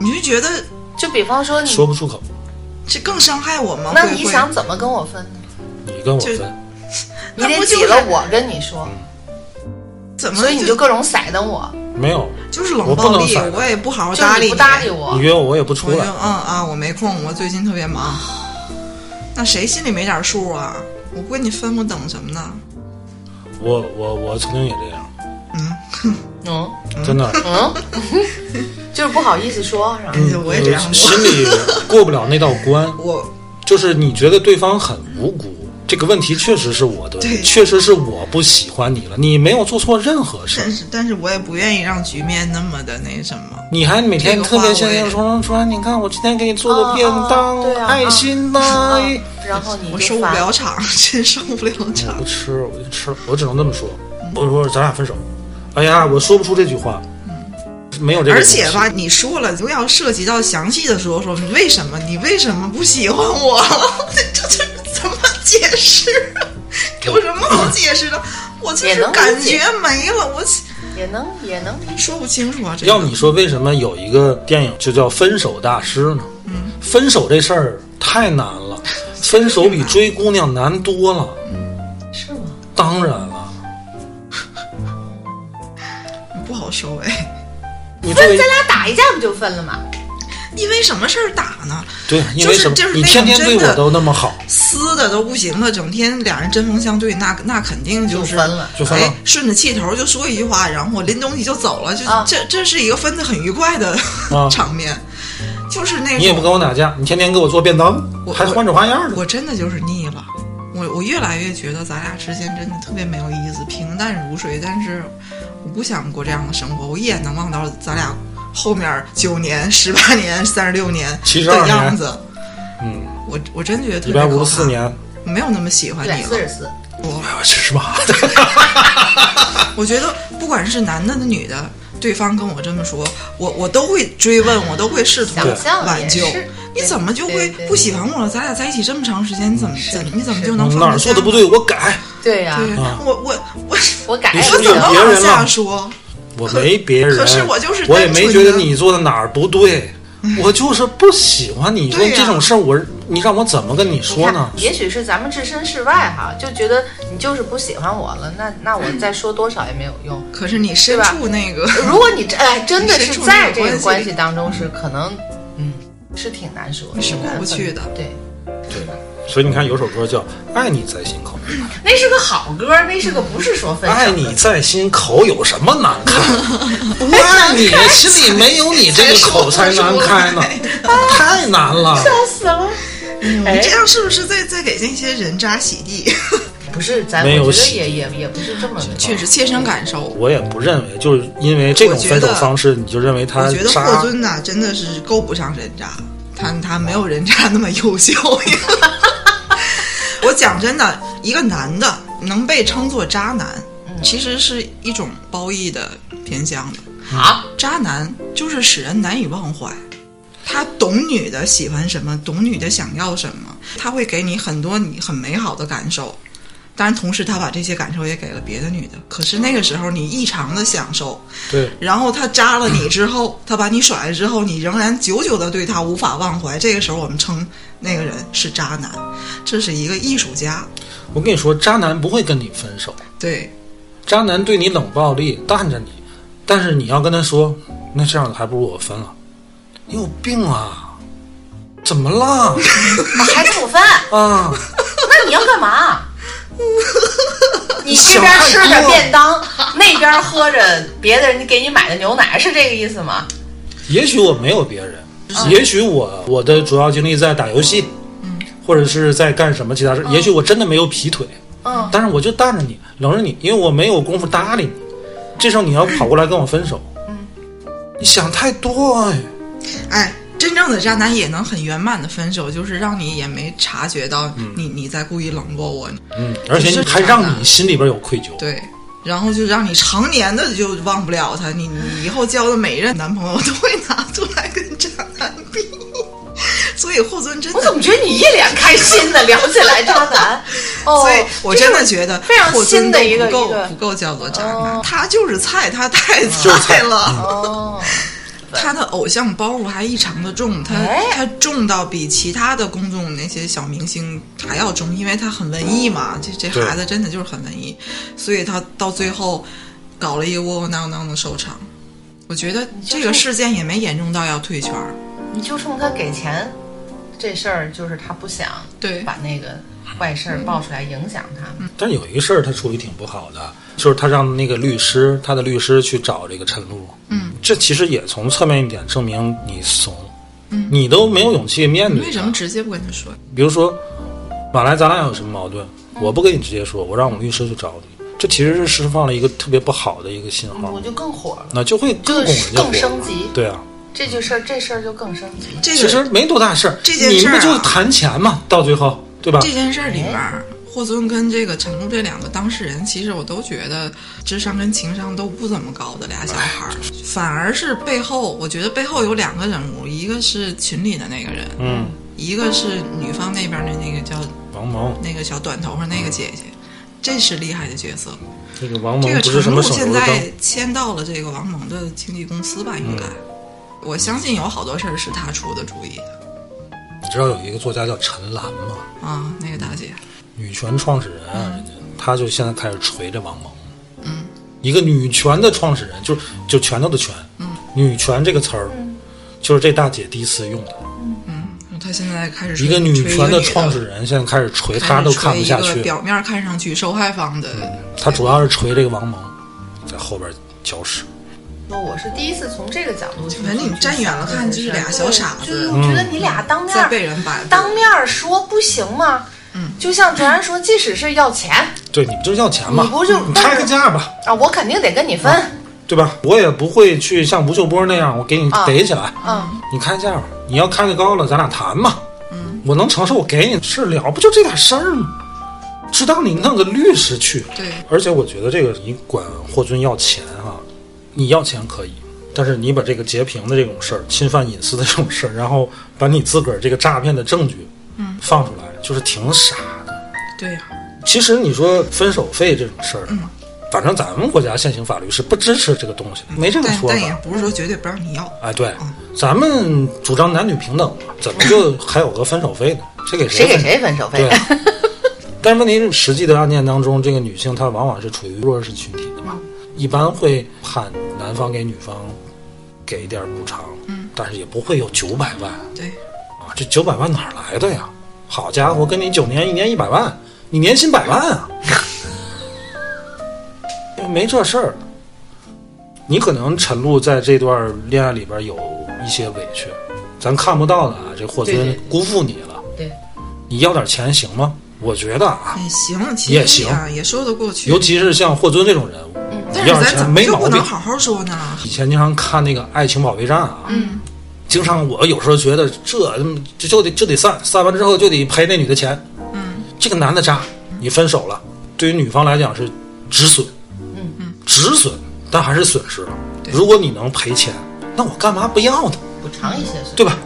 你就觉得就比方说你，说不出口。这更伤害我吗？那会你会想怎么跟我分呢？你跟我就分，你那得不就挤了是我跟你说，怎么？所以你就各种甩瞪我，没有，就是我冷不暴能力甩，的我也不好好就是搭理你不搭理我你，约我我也不出我就来。嗯啊，我没空，我最近特别忙。那谁心里没点数啊？我不跟你分，我等什么呢？我我我曾经也这样，嗯真的，嗯， 就是不好意思说，是吧？嗯哎呀我也这样过。心里过不了那道关。我就是你觉得对方很无辜，这个问题确实是我的对，确实是我不喜欢你了，你没有做错任何事儿但，是但是我也不愿意让局面那么的那什么。你还每天这个特话别我像也样说说，你看我今天给你做的啊便哦当，啊对啊嗯爱心呐、哎然后你我就受不烦了场， 真受不了我场不。吃，我就吃，我只能这么说，嗯我说咱俩分手，哎呀，我说不出这句话，没有这个，嗯而且，吧，你说了不要涉及到详细的说说为什么你为什么不喜欢我， 这这怎么解释？有什么好解释的？我就也是能理感解觉没了，我也能也能说不清楚啊。这个要你说为什么有一个电影就叫《分手大师》呢？嗯分手这事儿太难了，分手比追姑娘难多了。是吗？当然了，不好哎收尾，你作为咱俩打一架不就分了吗？因为什么事儿打呢？对，因为什么？就是你天天对我都那么好，撕的都不行了，整天俩人针锋相对，那那肯定就是就分了就分了哎，顺着气头就说一句话，然后拎东西就走了，就、啊这这是一个分的很愉快的、啊场面，就是那种你也不跟我打架，你天天给我做便当，我还换着花样的。我真的就是腻了。我我越来越觉得咱俩之间真的特别没有意思，平淡如水。但是我不想过这样的生活，我一眼能望到咱俩后面九年、十八年、三十六年72的年样子。嗯，我我真觉得特一别百可五怕十四，年，没有那么喜欢一百你四了。十四，我哎呀，这是吧？我觉得不管是男的的女的，对方跟我这么说，我我都会追问，我都会试图想象挽也救是。你怎么就会对对不喜欢我了？咱俩在一起这么长时间，你怎么怎么你怎么是就能放 哪得儿做的下不对，我改，对呀、对，啊我我我我改 你了是不我是有怎么别往人下了？说？我没别人，可是我就是我也单纯没的嗯觉得你做的哪儿不对，我就是不喜欢你。说对呀这种事儿，我你让我怎么跟你你说看，呢？也许是咱们置身事外哈，就觉得你就是不喜欢我了，那那我再说多少也没有用。可是你身处那个，如果你这哎真的是是处在于这个关系关里系当中是可能，嗯，是挺难说，是挺过难不分去的对，对，所以你看有首歌叫《爱你在心口》，那是个好歌，那是个不是说分手。爱你在心口有什么难看？ 不爱你，心里没有你这个口才难开 呢，太难了。死了！哎你这样是不是在在给那些人渣洗地？ 不是，咱没有我觉得戏也也也不是这么确实切哦身感受。我也不认为，就是因为这种分手方式，你就认为他我觉得霍渣。尊呐、真的是够不上人渣，他他没有人渣那么优秀。 我讲真的，一个男的能被称作渣男，其实是一种褒义的偏向的。啊，渣男就是使人难以忘怀。他懂女的喜欢什么，懂女的想要什么，他会给你很多你很美好的感受。当然，同时他把这些感受也给了别的女的。可是那个时候你异常的享受，对，然后他扎了你之后，他把你甩了之后，你仍然久久的对他无法忘怀。这个时候我们称那个人是渣男，这是一个艺术家。我跟你说，渣男不会跟你分手，对，渣男对你冷暴力，淡着你，但是你要跟他说，那这样的还不如我分了。你有病啊？怎么了？还不分？啊？那你要干嘛？你这边吃着便当，那边喝着别的人给你买的牛奶，是这个意思吗？也许我没有别人，嗯也许我我的主要精力在打游戏，或者是在干什么其他嗯事，也许我真的没有劈腿，嗯，但是我就淡着你，冷着你，因为我没有功夫搭理你。这时候你要跑过来跟我分手，嗯你想太多、哎，哎，真正的渣男也能很圆满的分手，就是让你也没察觉到你、你在故意冷落我，嗯，而且你还让你心里边有愧疚，对，然后就让你常年的就忘不了他，你你以后交的每一任男朋友都会拿出来跟渣男比，所以霍尊真我怎的，么觉得你一脸开心呢？聊起来渣男，哦，所以我真的觉得非常霍尊新的一个都不够一个不够叫做渣男，哦他就是菜，他太嗯就是菜了。哦， 他的偶像包袱还异常的重，他、哎他重到比其他的公众那些小明星还要重，因为他很文艺嘛，这这对孩子真的就是很文艺，所以他到最后搞了一个窝窝囊囊的收场。我觉得这个事件也没严重到要退圈儿，你就冲他给钱这事儿，就是他不想对把那个坏事儿爆出来，影响他们。但是有一个事儿他处理挺不好的，就是他让那个律师，他的律师去找这个陈露。嗯，这其实也从侧面一点证明你怂，嗯，你都没有勇气面你对。为什么？直接不跟他说？比如说，本来咱俩有什么矛盾，我不跟你直接说，我让我律师去找你，这其实是释放了一个特别不好的一个信号嗯我，就更火了，那就会更拱人家火更升级对啊，这就事儿，这事儿就更升级。这其个实没多大事儿，这件你事儿们啊不就谈钱嘛，到最后对吧？这件事儿里边儿，霍尊跟这个陈露这两个当事人，其实我都觉得智商跟情商都不怎么高的俩小哎孩儿，反而是背后，我觉得背后有两个人物，一个是群里的那个人，嗯，一个是女方那边的那个叫王蒙，那个小短头发那个姐姐。这是厉害的角色，这个王蒙这个不是陈什露么省现油的灯嗯在，签到了这个王蒙的经纪公司吧，应该，我相信有好多事儿是他出的主意的你知道有一个作家叫陈岚吗？啊，那个大姐，女权创始人啊，嗯人家她就现在开始锤着王蒙。一个女权的创始人，就是就拳头的拳，嗯女权这个词儿，就是这大姐第一次用的。她现在开始一个吹女吹权的创始人现在开始锤，他她都看不下去。嗯表面看上去受害方的，她主要是锤这个王蒙，在后边搅屎。说我是第一次从这个角度去，嗯反正你站远了看就是俩小傻子就就觉得你俩当面嗯在儿被人摆布当面儿说不行吗？嗯，就像卓然说，即使是要钱对，你不就是要钱吗？你不就开个价吧，啊，我肯定得跟你分。对吧？我也不会去像吴秀波那样，我给你逮起来。嗯，你开价吧，你要开的高了，咱俩谈嘛。我能承受，我给你是了不就这点事儿吗？知道你弄个律师去，对，而且我觉得这个你管霍尊要钱哈、你要钱可以，但是你把这个截屏的这种事儿、侵犯隐私的这种事儿，然后把你自个儿这个诈骗的证据，嗯，放出来，就是挺傻的。对呀、其实你说分手费这种事儿，啊反正咱们国家现行法律是不支持这个东西的，没这个但说法。但也不是说绝对不让你要，哎，对，咱们主张男女平等嘛，怎么就还有个分手费呢？谁给谁谁给分谁分手费对？ 但是问题是，实际的案件当中，这个女性她往往是处于弱势群体的嘛，一般会喊男方给女方给一点补偿，但是也不会有九百万对，啊，这九百万哪儿来的呀？好家伙，跟你九年，一年一百万，你年薪百万啊，没这事儿。你可能陈露在这段恋爱里边有一些委屈，咱看不到的啊，这霍对对尊对辜负你了，对，你要点钱行吗？我觉得啊，也行，其实也行啊，也说得过去尤。其是像霍尊这种人物，嗯但你要是是咱钱怎么没就毛不病能。好好说呢？以前经常看那个《爱情保卫战》啊，嗯，经常我有时候觉得这这就得就得散，散完之后就得赔那女的钱，嗯，这个男的渣，你分手了，对于女方来讲是止损，嗯嗯，止损，但还是损失了。对如果你能赔钱，那我干嘛不要呢？补偿一些是吧对吧？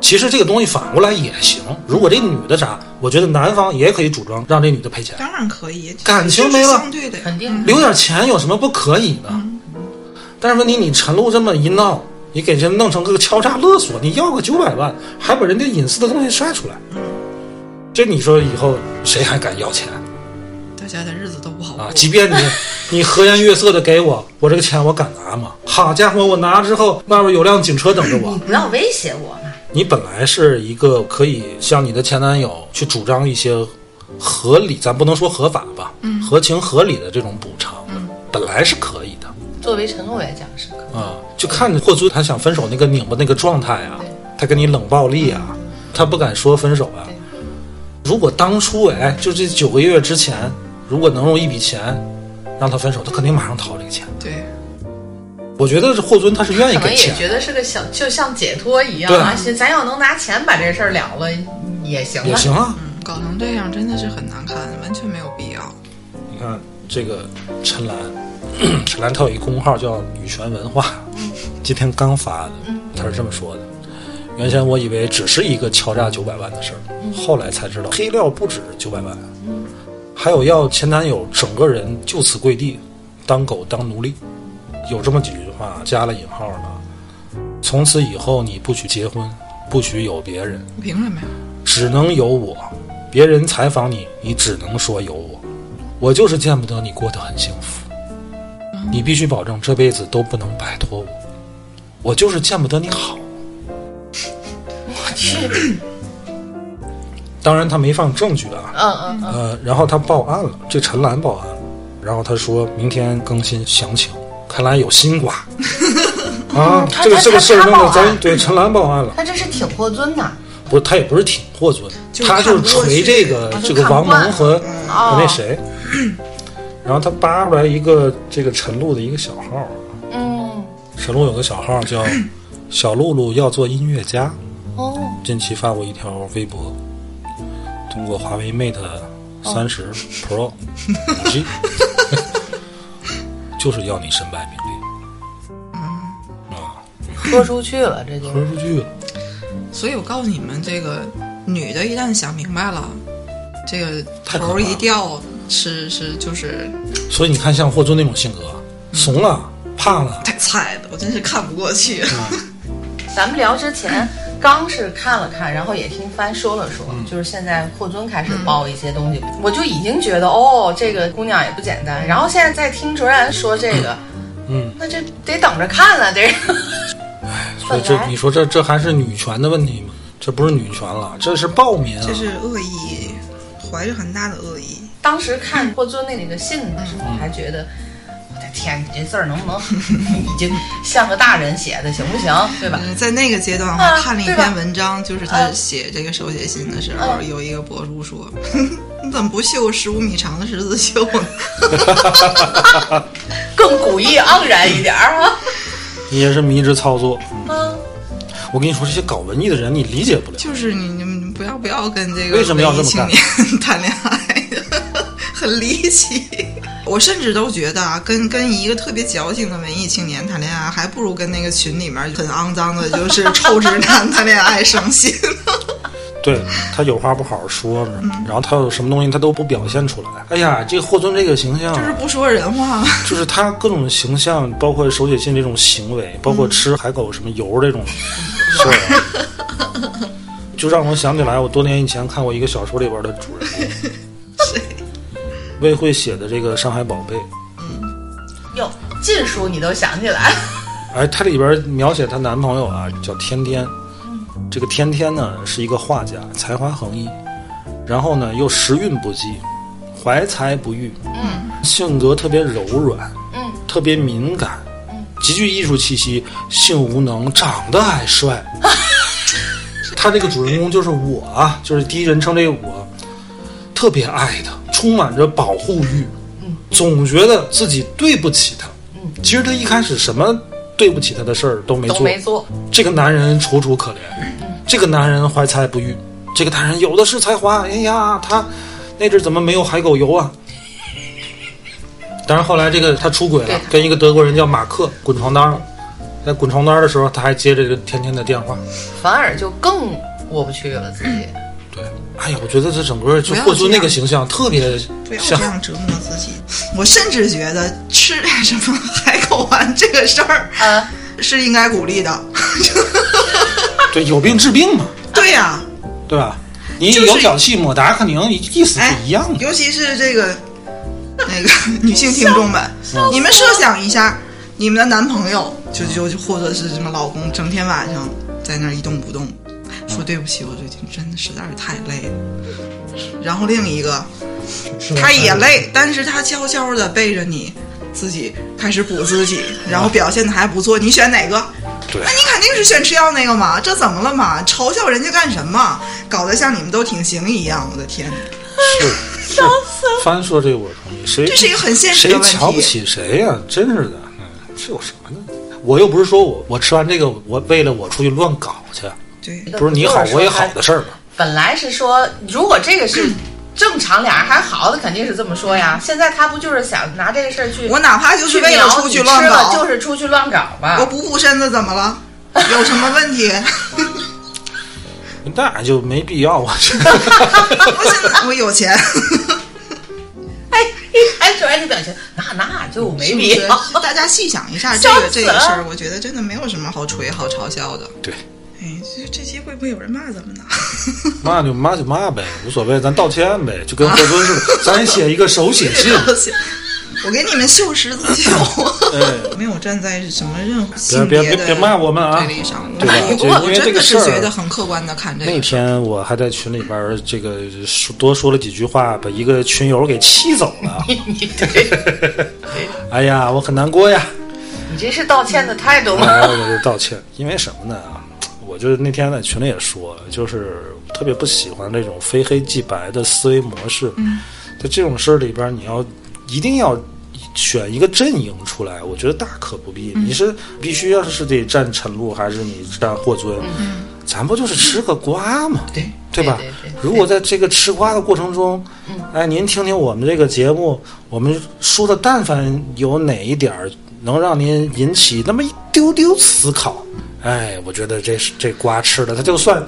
其实这个东西反过来也行，如果这女的渣，我觉得男方也可以主张让这女的赔钱。当然可以，感情就是没了相对的呀，肯定嗯留点钱有什么不可以的？但是问题，你陈露这么一闹，你给人弄成个敲诈勒索，你要个九百万，还把人家隐私的东西晒出来，这你说以后谁还敢要钱大家的日子都不好啊过？。即便你你和颜悦色的给我，我这个钱我敢拿吗？好家伙，我拿之后，外边有辆警车等着我你。不要威胁我嘛。你本来是一个可以向你的前男友去主张一些合理，咱不能说合法吧，合情合理的这种补偿，本来是可以的作为陈露来讲是可以啊、就看霍尊他想分手那个拧巴那个状态啊，他跟你冷暴力啊，他不敢说分手啊对。如果当初哎，就这九个月之前，如果能用一笔钱让他分手，他肯定马上掏这个钱。对，我觉得霍尊他是愿意可能给也钱，觉得是个小，就像解脱一样对啊，是咱要能拿钱把这事儿了了也行也了。行啊。嗯，搞成这样真的是很难看，完全没有必要。你看这个陈兰， 陈兰她有一公号叫“女权文化”， 今天刚发的，她是这么说的：原先我以为只是一个敲诈九百万的事儿，后来才知道黑料不止九百万，啊还有要前男友整个人就此跪地，当狗当奴隶，有这么几句话加了引号的。从此以后，你不许结婚，不许有别人，凭什么呀？只能有我。别人采访你，你只能说有我。我就是见不得你过得很幸福，你必须保证这辈子都不能摆脱我。我就是见不得你好。我去，当然，他没放证据啊。嗯嗯嗯，呃，然后他报案了，这陈兰报案了。然后他说明天更新详情，看来有新瓜啊！ 他这个他这个他事儿他弄报得咱案对陈兰报案了，他这是挺霍尊 呐。不是他也不是挺霍尊，就是他看就是不过锤去这个啊他这个看王惯蒙了和哦和那谁，然后他扒出来一个这个陈露的一个小号，啊嗯，陈露有个小号叫小露露要做音乐家，哦，近期发过一条微博，通过华为 Mate 哦三十 Pro 五 G，就是要你身败名裂，嗯啊，豁出去了，这就豁是出去了，所以我告诉你们，这个女的一旦想明白了，这个太可头怕儿一了掉，是是就是所以你看像霍尊那种性格，啊嗯怂了，怕 了。太菜的，我真是看不 过去。咱们聊之前，刚是看了看，然后也听帆说了说，嗯嗯就是现在霍尊开始包一些东西，我就已经觉得哦，这个姑娘也不简单。然后现在再听卓然说这个，嗯，那这得等着看了，得。所以本这来你说这这还是女权的问题吗？这不是女权了，这是暴民啊！这是恶意，怀着很大的恶意。当时看霍尊那里的信的时候，还觉得。我的天，你这字儿能不能已经像个大人写的，行不行？对啊吧？嗯，在那个阶段，我啊看了一对篇吧啊文章，就是他写这个手写信的时候，嗯有一个博主说：“ 你怎么不绣十五米长的十字绣呢更古意盎然一点儿啊！你也是迷之操作。嗯嗯啊，我跟你说，这些搞文艺的人你理解不了？”。就是你你们不要不要跟这个为什么要这么干文艺青年 谈恋爱，很离奇。 我甚至都觉得啊，跟跟一个特别矫情的文艺青年谈恋爱，还不如跟那个群里面很肮脏的， 就是臭直男谈恋爱 伤心。对他有话不好好说嗯呢，然后他有什么东西他都不表现出来。哎呀，这霍尊这个形象啊，就是不说人 话，就是他各种形象，包括手写信这种行为，包括吃海狗什么油这种事儿啊，就让我想起来，我多年以前看过一个小说里边的主人公，魏慧写的这个《上海宝贝》，哟，禁书你都想起来，哎，它里边描写她男朋友啊，叫天天。这个天天呢是一个画家，才华横溢，然后呢又时运不济，怀才不遇，嗯，性格特别柔软，嗯，特别敏感，嗯，极具艺术气息，性无能，长得矮 帅。他这个主人公就是我，啊，就是第一人称这个我，特别爱他，充满着保护欲，嗯，总觉得自己对不起他，嗯，其实他一开始什么对不起他的事儿都没都做，没做。这个男人楚楚可怜，嗯这个男人怀才不遇，这个男人有的是才华。哎呀，他那阵儿怎么没有海狗油啊？当然后来这个他出轨对了，跟一个德国人叫马克滚床单儿了。在滚床单儿的时候，他还接这个天天的电话。反而就更过不去了自己。对，哎呀，我觉得这整个就不要霍尊这那样个形象特别不要这像，样折磨自己。我甚至觉得吃点什么海口丸这个事儿啊，是应该鼓励的。对，有病治病嘛，对呀、对吧？你就是有脚气抹达克宁，意思哎是一样的。尤其是这个那个 女性听众们，你们设想一下，你们的男朋友就就就或者是什么老公，整天嗯晚上在那儿一动不动，说对不起，我最近真的实在是太累了，然后另一个是哎他也累，但是他悄悄的背着你，自己开始补自己，然后表现的还不错。你选哪个？嗯对那你肯定是选吃药那个嘛？这怎么了嘛？嘲笑人家干什么？搞得像你们都挺行一样，我的天！ 是。是翻说这个我同意，谁这是一个很现实的谁问题瞧不起谁呀、真是的，嗯，这有什么呢？我又不是说我我吃完这个，我为了我出去乱搞去，对，不是你好我也好的事儿嘛。本来是说，如果这个是正常，俩人还好的，肯定是这么说呀。现在他不就是想拿这个事儿去我哪怕就是为了聊出去你乱吃了搞，就是出去乱搞嘛我。补补身子怎么了？有什么问题？那就没必要 啊！这个我现在我有钱，哎，一开始还是表情，那那就没必要。是不是大家细想一下这个笑死这了个事儿，我觉得真的没有什么好吹好嘲笑的。对，哎，这这期会不会有人骂咱 们呢？骂就骂就骂呗，无所谓，咱道歉呗，就跟霍尊似 的，咱写一个手写信。我给你们秀十字绣，哎，没有站在什么任何别性别别别的别骂我们啊对！立上，我对吧我就因我为这真个的事是儿觉得很客观的看这那个。天我还在群里边儿这个说多说了几句话，把一个群友给气走 了。哎呀，我很难过呀。你这是道歉的态度吗？然后我就道歉，因为什么呢？我就那天在群里也说了，就是特别不喜欢这种非黑即白的思维模式。嗯在这种事儿里边儿，你要一定要选一个阵营出来，我觉得大可不必。嗯你是必须要是得站陈露，还是你站霍尊？咱不就是吃个瓜吗？嗯对对吧对对对？如果在这个吃瓜的过程中，嗯哎，您听听我们这个节目，我们说的但凡有哪一点儿能让您引起那么一丢丢思考，哎，我觉得这是这瓜吃的，它就算，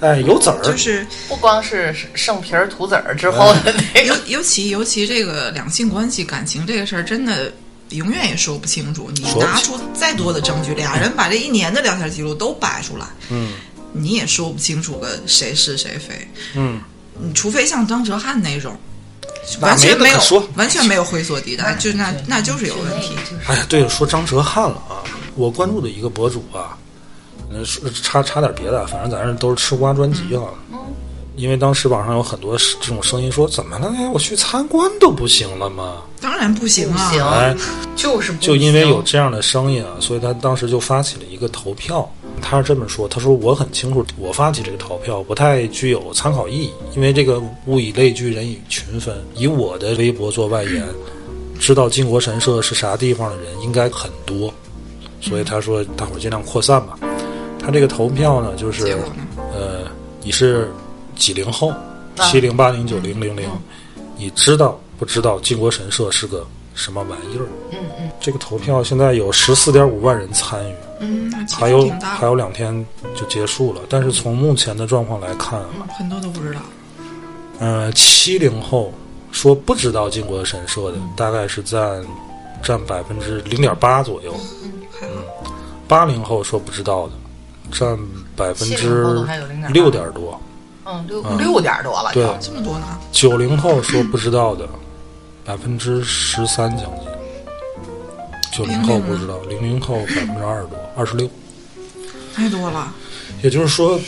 哎，有籽儿，就是不光是剩皮儿吐籽儿之嗯后的那尤个，尤其尤其这个两性关系感情这个事儿，真的永远也说不清楚。你说不拿清出再多的证据，俩人把这一年的聊天记录都摆出来，嗯你也说不清楚个谁是谁非。嗯，你除非像张哲瀚那种，那完全没得没可有说完全没有灰色地带，就那那就是有问题。哎呀，对了，说张哲瀚了啊，我关注的一个博主啊，呃，说插插点别的，反正咱这都是吃瓜专辑啊。嗯因为当时网上有很多这种声音说，怎么了？哎，我去参观都不行了吗？当然不行嗯不啊，行，哎，就是不就因为有行这样的声音啊，所以他当时就发起了一个投票。他是这么说：“他说我很清楚，我发起这个投票不太具有参考意义，因为这个物以类聚，人以群分。以我的微博做外延，知道靖国神社是啥地方的人应该很多，所以他说大伙儿尽量扩散吧。他这个投票呢，就是结果呢呃，你是几零后？啊七零八零九零零嗯零，你知道不知道靖国神社是个什么玩意儿？嗯嗯，这个投票现在有十四点五万人参与，嗯，那其实还有挺大还的，有两天就结束了。但是从目前的状况来看啊，很多都不知道。呃，七零后说不知道靖国神社的，大概是占占百分之零点八左右；嗯还好八零后说不知道的，占百分70后都之还有0.8六点多；嗯，六六点多了，对，这么多呢？九零后说不知道的，百分之十三将近。九零后不知道，零零后百分之二十多，二十六。太多了，也就是说，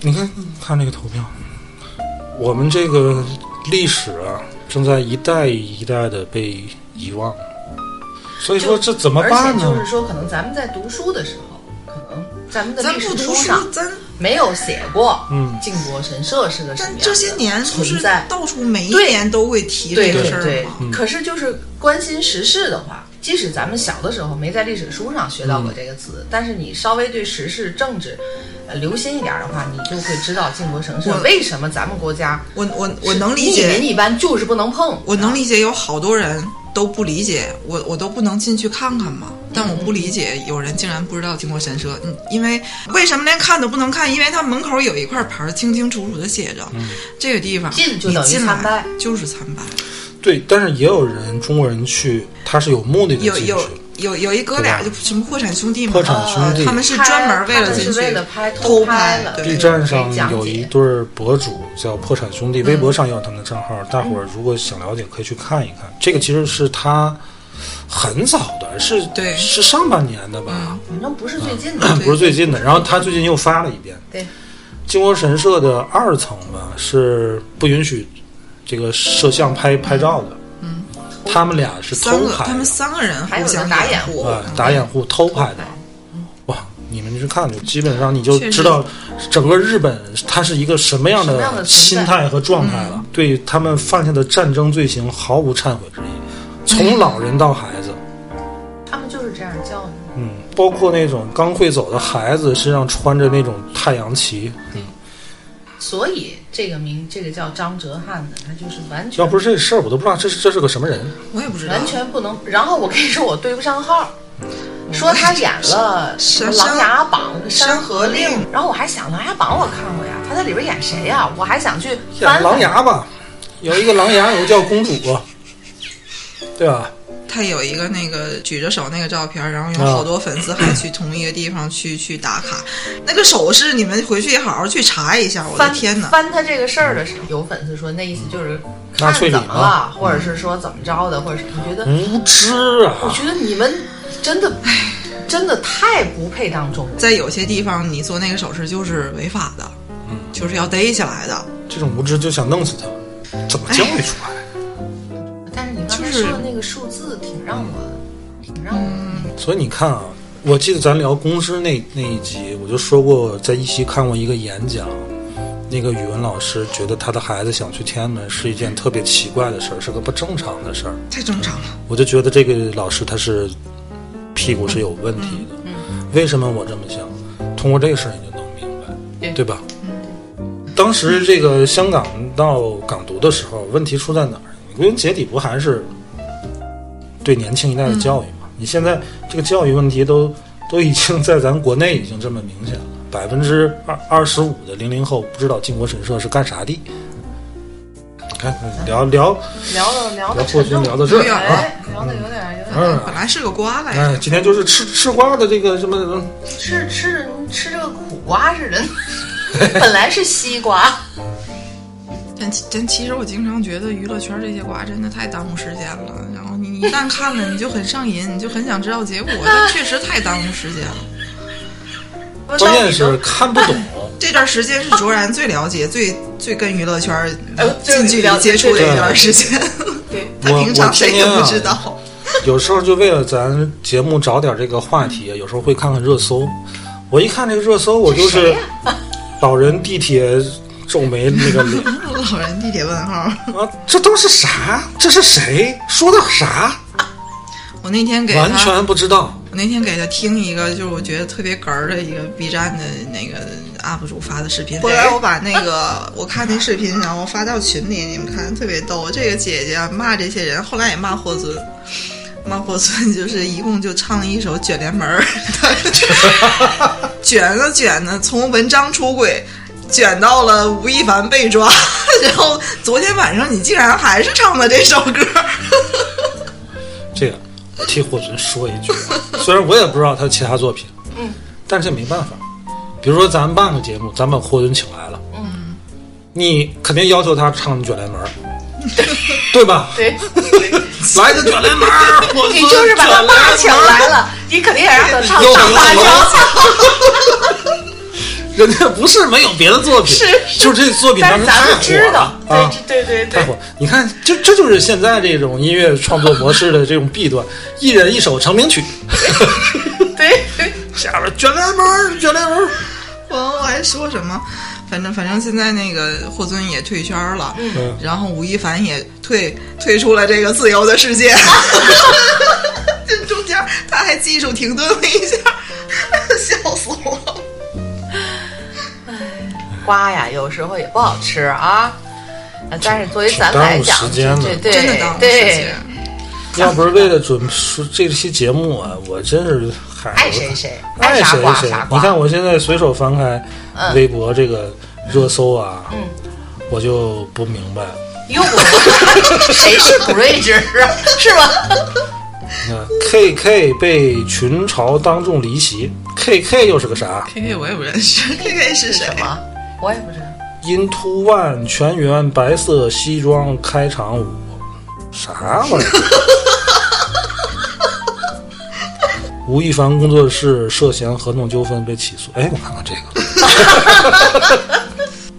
你看看这个投票，我们这个历史啊，正在一代一代的被遗忘，所以说这怎么而办且呢就？是说，可能咱们在读书的时候，可能咱们的咱历不史读书上书，咱没有写过，嗯靖国神社是个什但么样的这些年不存是在，到处每一对年都会提对这对个事对儿吗？嗯可是就是关心时事的话，即使咱们小的时候没在历史书上学到嗯过这个词，但是你稍微对时事政治。呃，留心一点的话，你就会知道靖国神社我为什么咱们国家我我我能理是解民，一般就是不能碰。我能理解有好多人都不理解，我我都不能进去看看嘛。但我不嗯理解有人竟然不知道靖国神社，嗯，因为为什么连看都不能看？因为它门口有一块牌儿清清楚楚的写着，这个地方进就你等于进来参拜就是参拜。对，但嗯是也有人中国人去，他是有目的的有进去有。有有一哥俩对就什么破产兄弟嘛，破产兄弟他们是专门为他了们进是去为了拍偷偷拍了对 B 站上给讲解有一对儿博主叫破产兄弟，微博上也有他们的账号，大伙儿如果想了解可以去看一看。这个其实是他很早的，是对是上半年的吧，啊 反正不是最近的，不是最近的。然后他最近又发了一遍，对，靖国神社的二层吧是不允许这个摄像拍拍照的，嗯，他们俩是三偷个拍的，他们三个人还有互相人打掩掩护啊，打掩护偷拍的，哇！你们去看，就基本上你就确实知道整个日本它是一个什么样什么样的存在心态和状态了。对他们犯下的战争罪行毫无忏悔之意，从老人到孩子，他们就是这样叫的。嗯，包括那种刚会走的孩子身上穿着那种太阳旗，嗯，所以这个名，这个叫张哲瀚的，他就是完全要不是这事儿，我都不知道这是这是个什么人。我也不知道完。全不能。然后我跟你说，我对不上号，说他演了什么《琅琊榜》《山河令》，然后我还想《琅琊榜》我看过呀，他在里边演谁呀？我还想去演翻狼翻。牙吧，有一个狼牙，有个叫公主，对吧？他有一个那个举着手那个照片，然后有啊好多粉丝还去同一个地方去去打卡。那个手势你们回去好好去查一下。我的翻天哪！翻他这个事儿的时候，有粉丝说那意思就是纳看粹怎礼么了，或者是说怎么着的，或者是你觉得，无知啊！我觉得你们真的真的太不配当中国人。在有些地方你做那个手势就是违法的，嗯就是要逮起来的。这种无知就想弄死他，怎么教育出来？但是你刚才就是说的那个数字挺让我，挺让我，所以你看啊，我记得咱聊公知那那一集，我就说过，在一期看过一个演讲，那个语文老师觉得他的孩子想去天安门是一件特别奇怪的事儿，是个不正常的事儿。太正常了，我就觉得这个老师他是屁股是有问题的。为什么我这么想？通过这个事儿你就能明白，对对吧？当时这个香港到港独的时候，问题出在哪儿？归根结底不还是对年轻一代的教育嘛？你现在这个教育问题都 都已经在咱国内已经这么明显了，百分之二二十五的零零后不知道靖国神社是干啥的。你看，聊聊聊了聊聊的破沉军重，聊到这儿啊，哎，聊的有点儿有点儿。嗯。本来是个瓜来着。哎，今天就是吃吃瓜的这个什么，嗯吃吃吃这个苦瓜是人， 本来是西瓜，嗯但其但其实我经常觉得娱乐圈这些瓜真的太耽误时间了，然后你一旦看了，你就很上瘾，你就很想知道结果，但确实太耽误时间了。关键是看不 懂。这段时间是卓然最了解、最最跟娱乐圈儿呃最近距离了解接触的对一段时间。对，他我 啊平常谁也不知我道。有时候就为了咱节目找点这个话题，嗯有时候会看看热搜。我一看这个热搜，我就是 老人地铁皱眉那个脸老人地铁问号。啊，这都是啥？这是谁说的啥？我那天给他，完全不知道。我那天给他听一个，就是我觉得特别哏儿的一个 B 站的那个 UP 主发的视频。回哎来我把那 个我看那视频，然后发到群里，你们看特别逗。这个姐姐啊骂这些人，后来也骂霍尊。骂霍尊就是一共就唱了一首《卷帘 门》，她 卷了卷呢，从文章出轨卷到了吴亦凡被抓， 然后昨天晚上你竟然还是唱的这首歌。这个我替霍尊说一句啊，虽然我也不知道他其他作品，嗯，但是也没办法。比如说咱们办个节目，咱把霍尊请来了，嗯，你肯定要求他唱《卷帘门》， 对吧？对，来个《卷帘门》，霍尊 你就是把他卷帘爸请 来了，你肯定也让他唱又唱芭来蕉，了。人家不是没有别的作品，是就是这作品当但时太是咱火们知道了，啊！对对对太对火了！你看，这这就是现在这种音乐创作模式的这种弊端，一人一首成名曲，对对，下边卷帘门儿，卷帘门儿。我我还说什么？反正反正现在那个霍尊也退圈了，嗯然后吴亦凡也退退出了这个自由的世界， 这中间他还技术停顿了一下， 笑死我了。瓜呀，有时候也不好吃啊。呃但是作为咱们来讲耽误时间，的对对真的耽误时对间，。 要不是为了准备这期节目啊，我真是嗨，爱谁谁爱爱啥谁瓜谁啥。瓜嗯你看我现在随手翻开微博这个热搜啊，我就不明白了。又不是 谁是卜睿哲啊， 是吧？那 KK 被群嘲当众离席，KK 又是个啥 K K 我也不认识，K K 是 谁什？么？我也不知道。 ？Into One 全员白色西装开场 舞，啥玩意儿？吴亦凡工作室涉嫌合同纠纷被起诉。哎，我看看这个，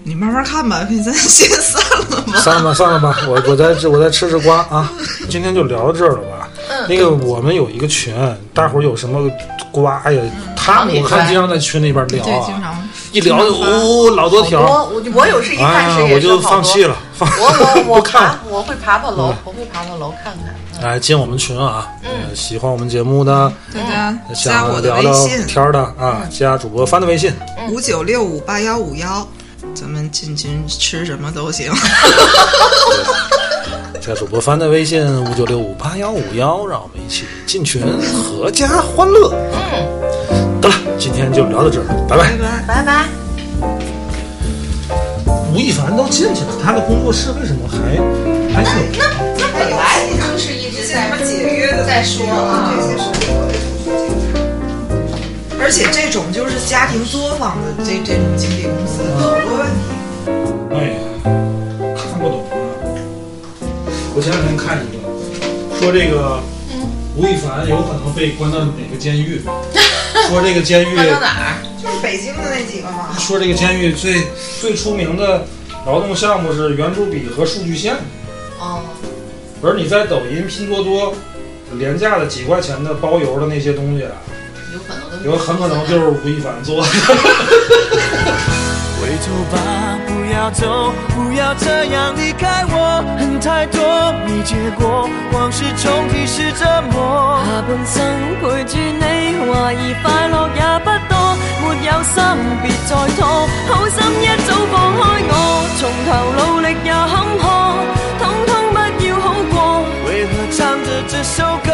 你慢慢看吧，咱先散了吧。散了吧，散了吧，我我再我再吃吃瓜啊！今天就聊到这儿了吧。嗯那个我们有一个群，大伙儿有什么瓜哎呀？他们我看经常在群里边聊嗯对，经啊，常一聊就经常发呜、老多条，我我我有时一看哎谁呀，我也是就好多放弃了，放 我我不我看嗯了爬。我会爬爬楼，我会爬爬楼看看。来进我们群啊，呃喜欢我们节目的，大家嗯啊加哦想我的聊微聊信嗯天儿的啊，加主播帆的微信。五九六五八幺五幺，咱们进群吃什么都行。加主播帆的微信五九六五八幺五幺，让我们一起进群，阖家欢乐。嗯得了，今天就聊到这儿，拜拜 拜。拜。拜拜。吴亦凡都进去了，他的工作室为什么还还是有？本来就是一直在约的在说啊这些事情我得重新检查而且这种就是家庭作坊的这这种经纪公司有个问题，哎呀，看不懂啊！我前两天看一个，说这个嗯吴亦凡有可能被关到哪个监 狱，说这个监狱搬到哪儿？就是北京的那几个嘛。说这个监狱最最出名的劳动项目是圆珠笔和数据线。哦，而你在抖音、拼多多廉价的几块钱的包邮的那些东西啊，有可能都有很可能就是吴亦凡做的。 回头吧，不要走，不要这样离开我。恨太多没结果，往事重提是折磨。下半生陪住你，怀疑快樂也不多，沒有心別再拖，好心一早放開我，從頭努力也坎坷，通通不要好過。为何唱着这首歌，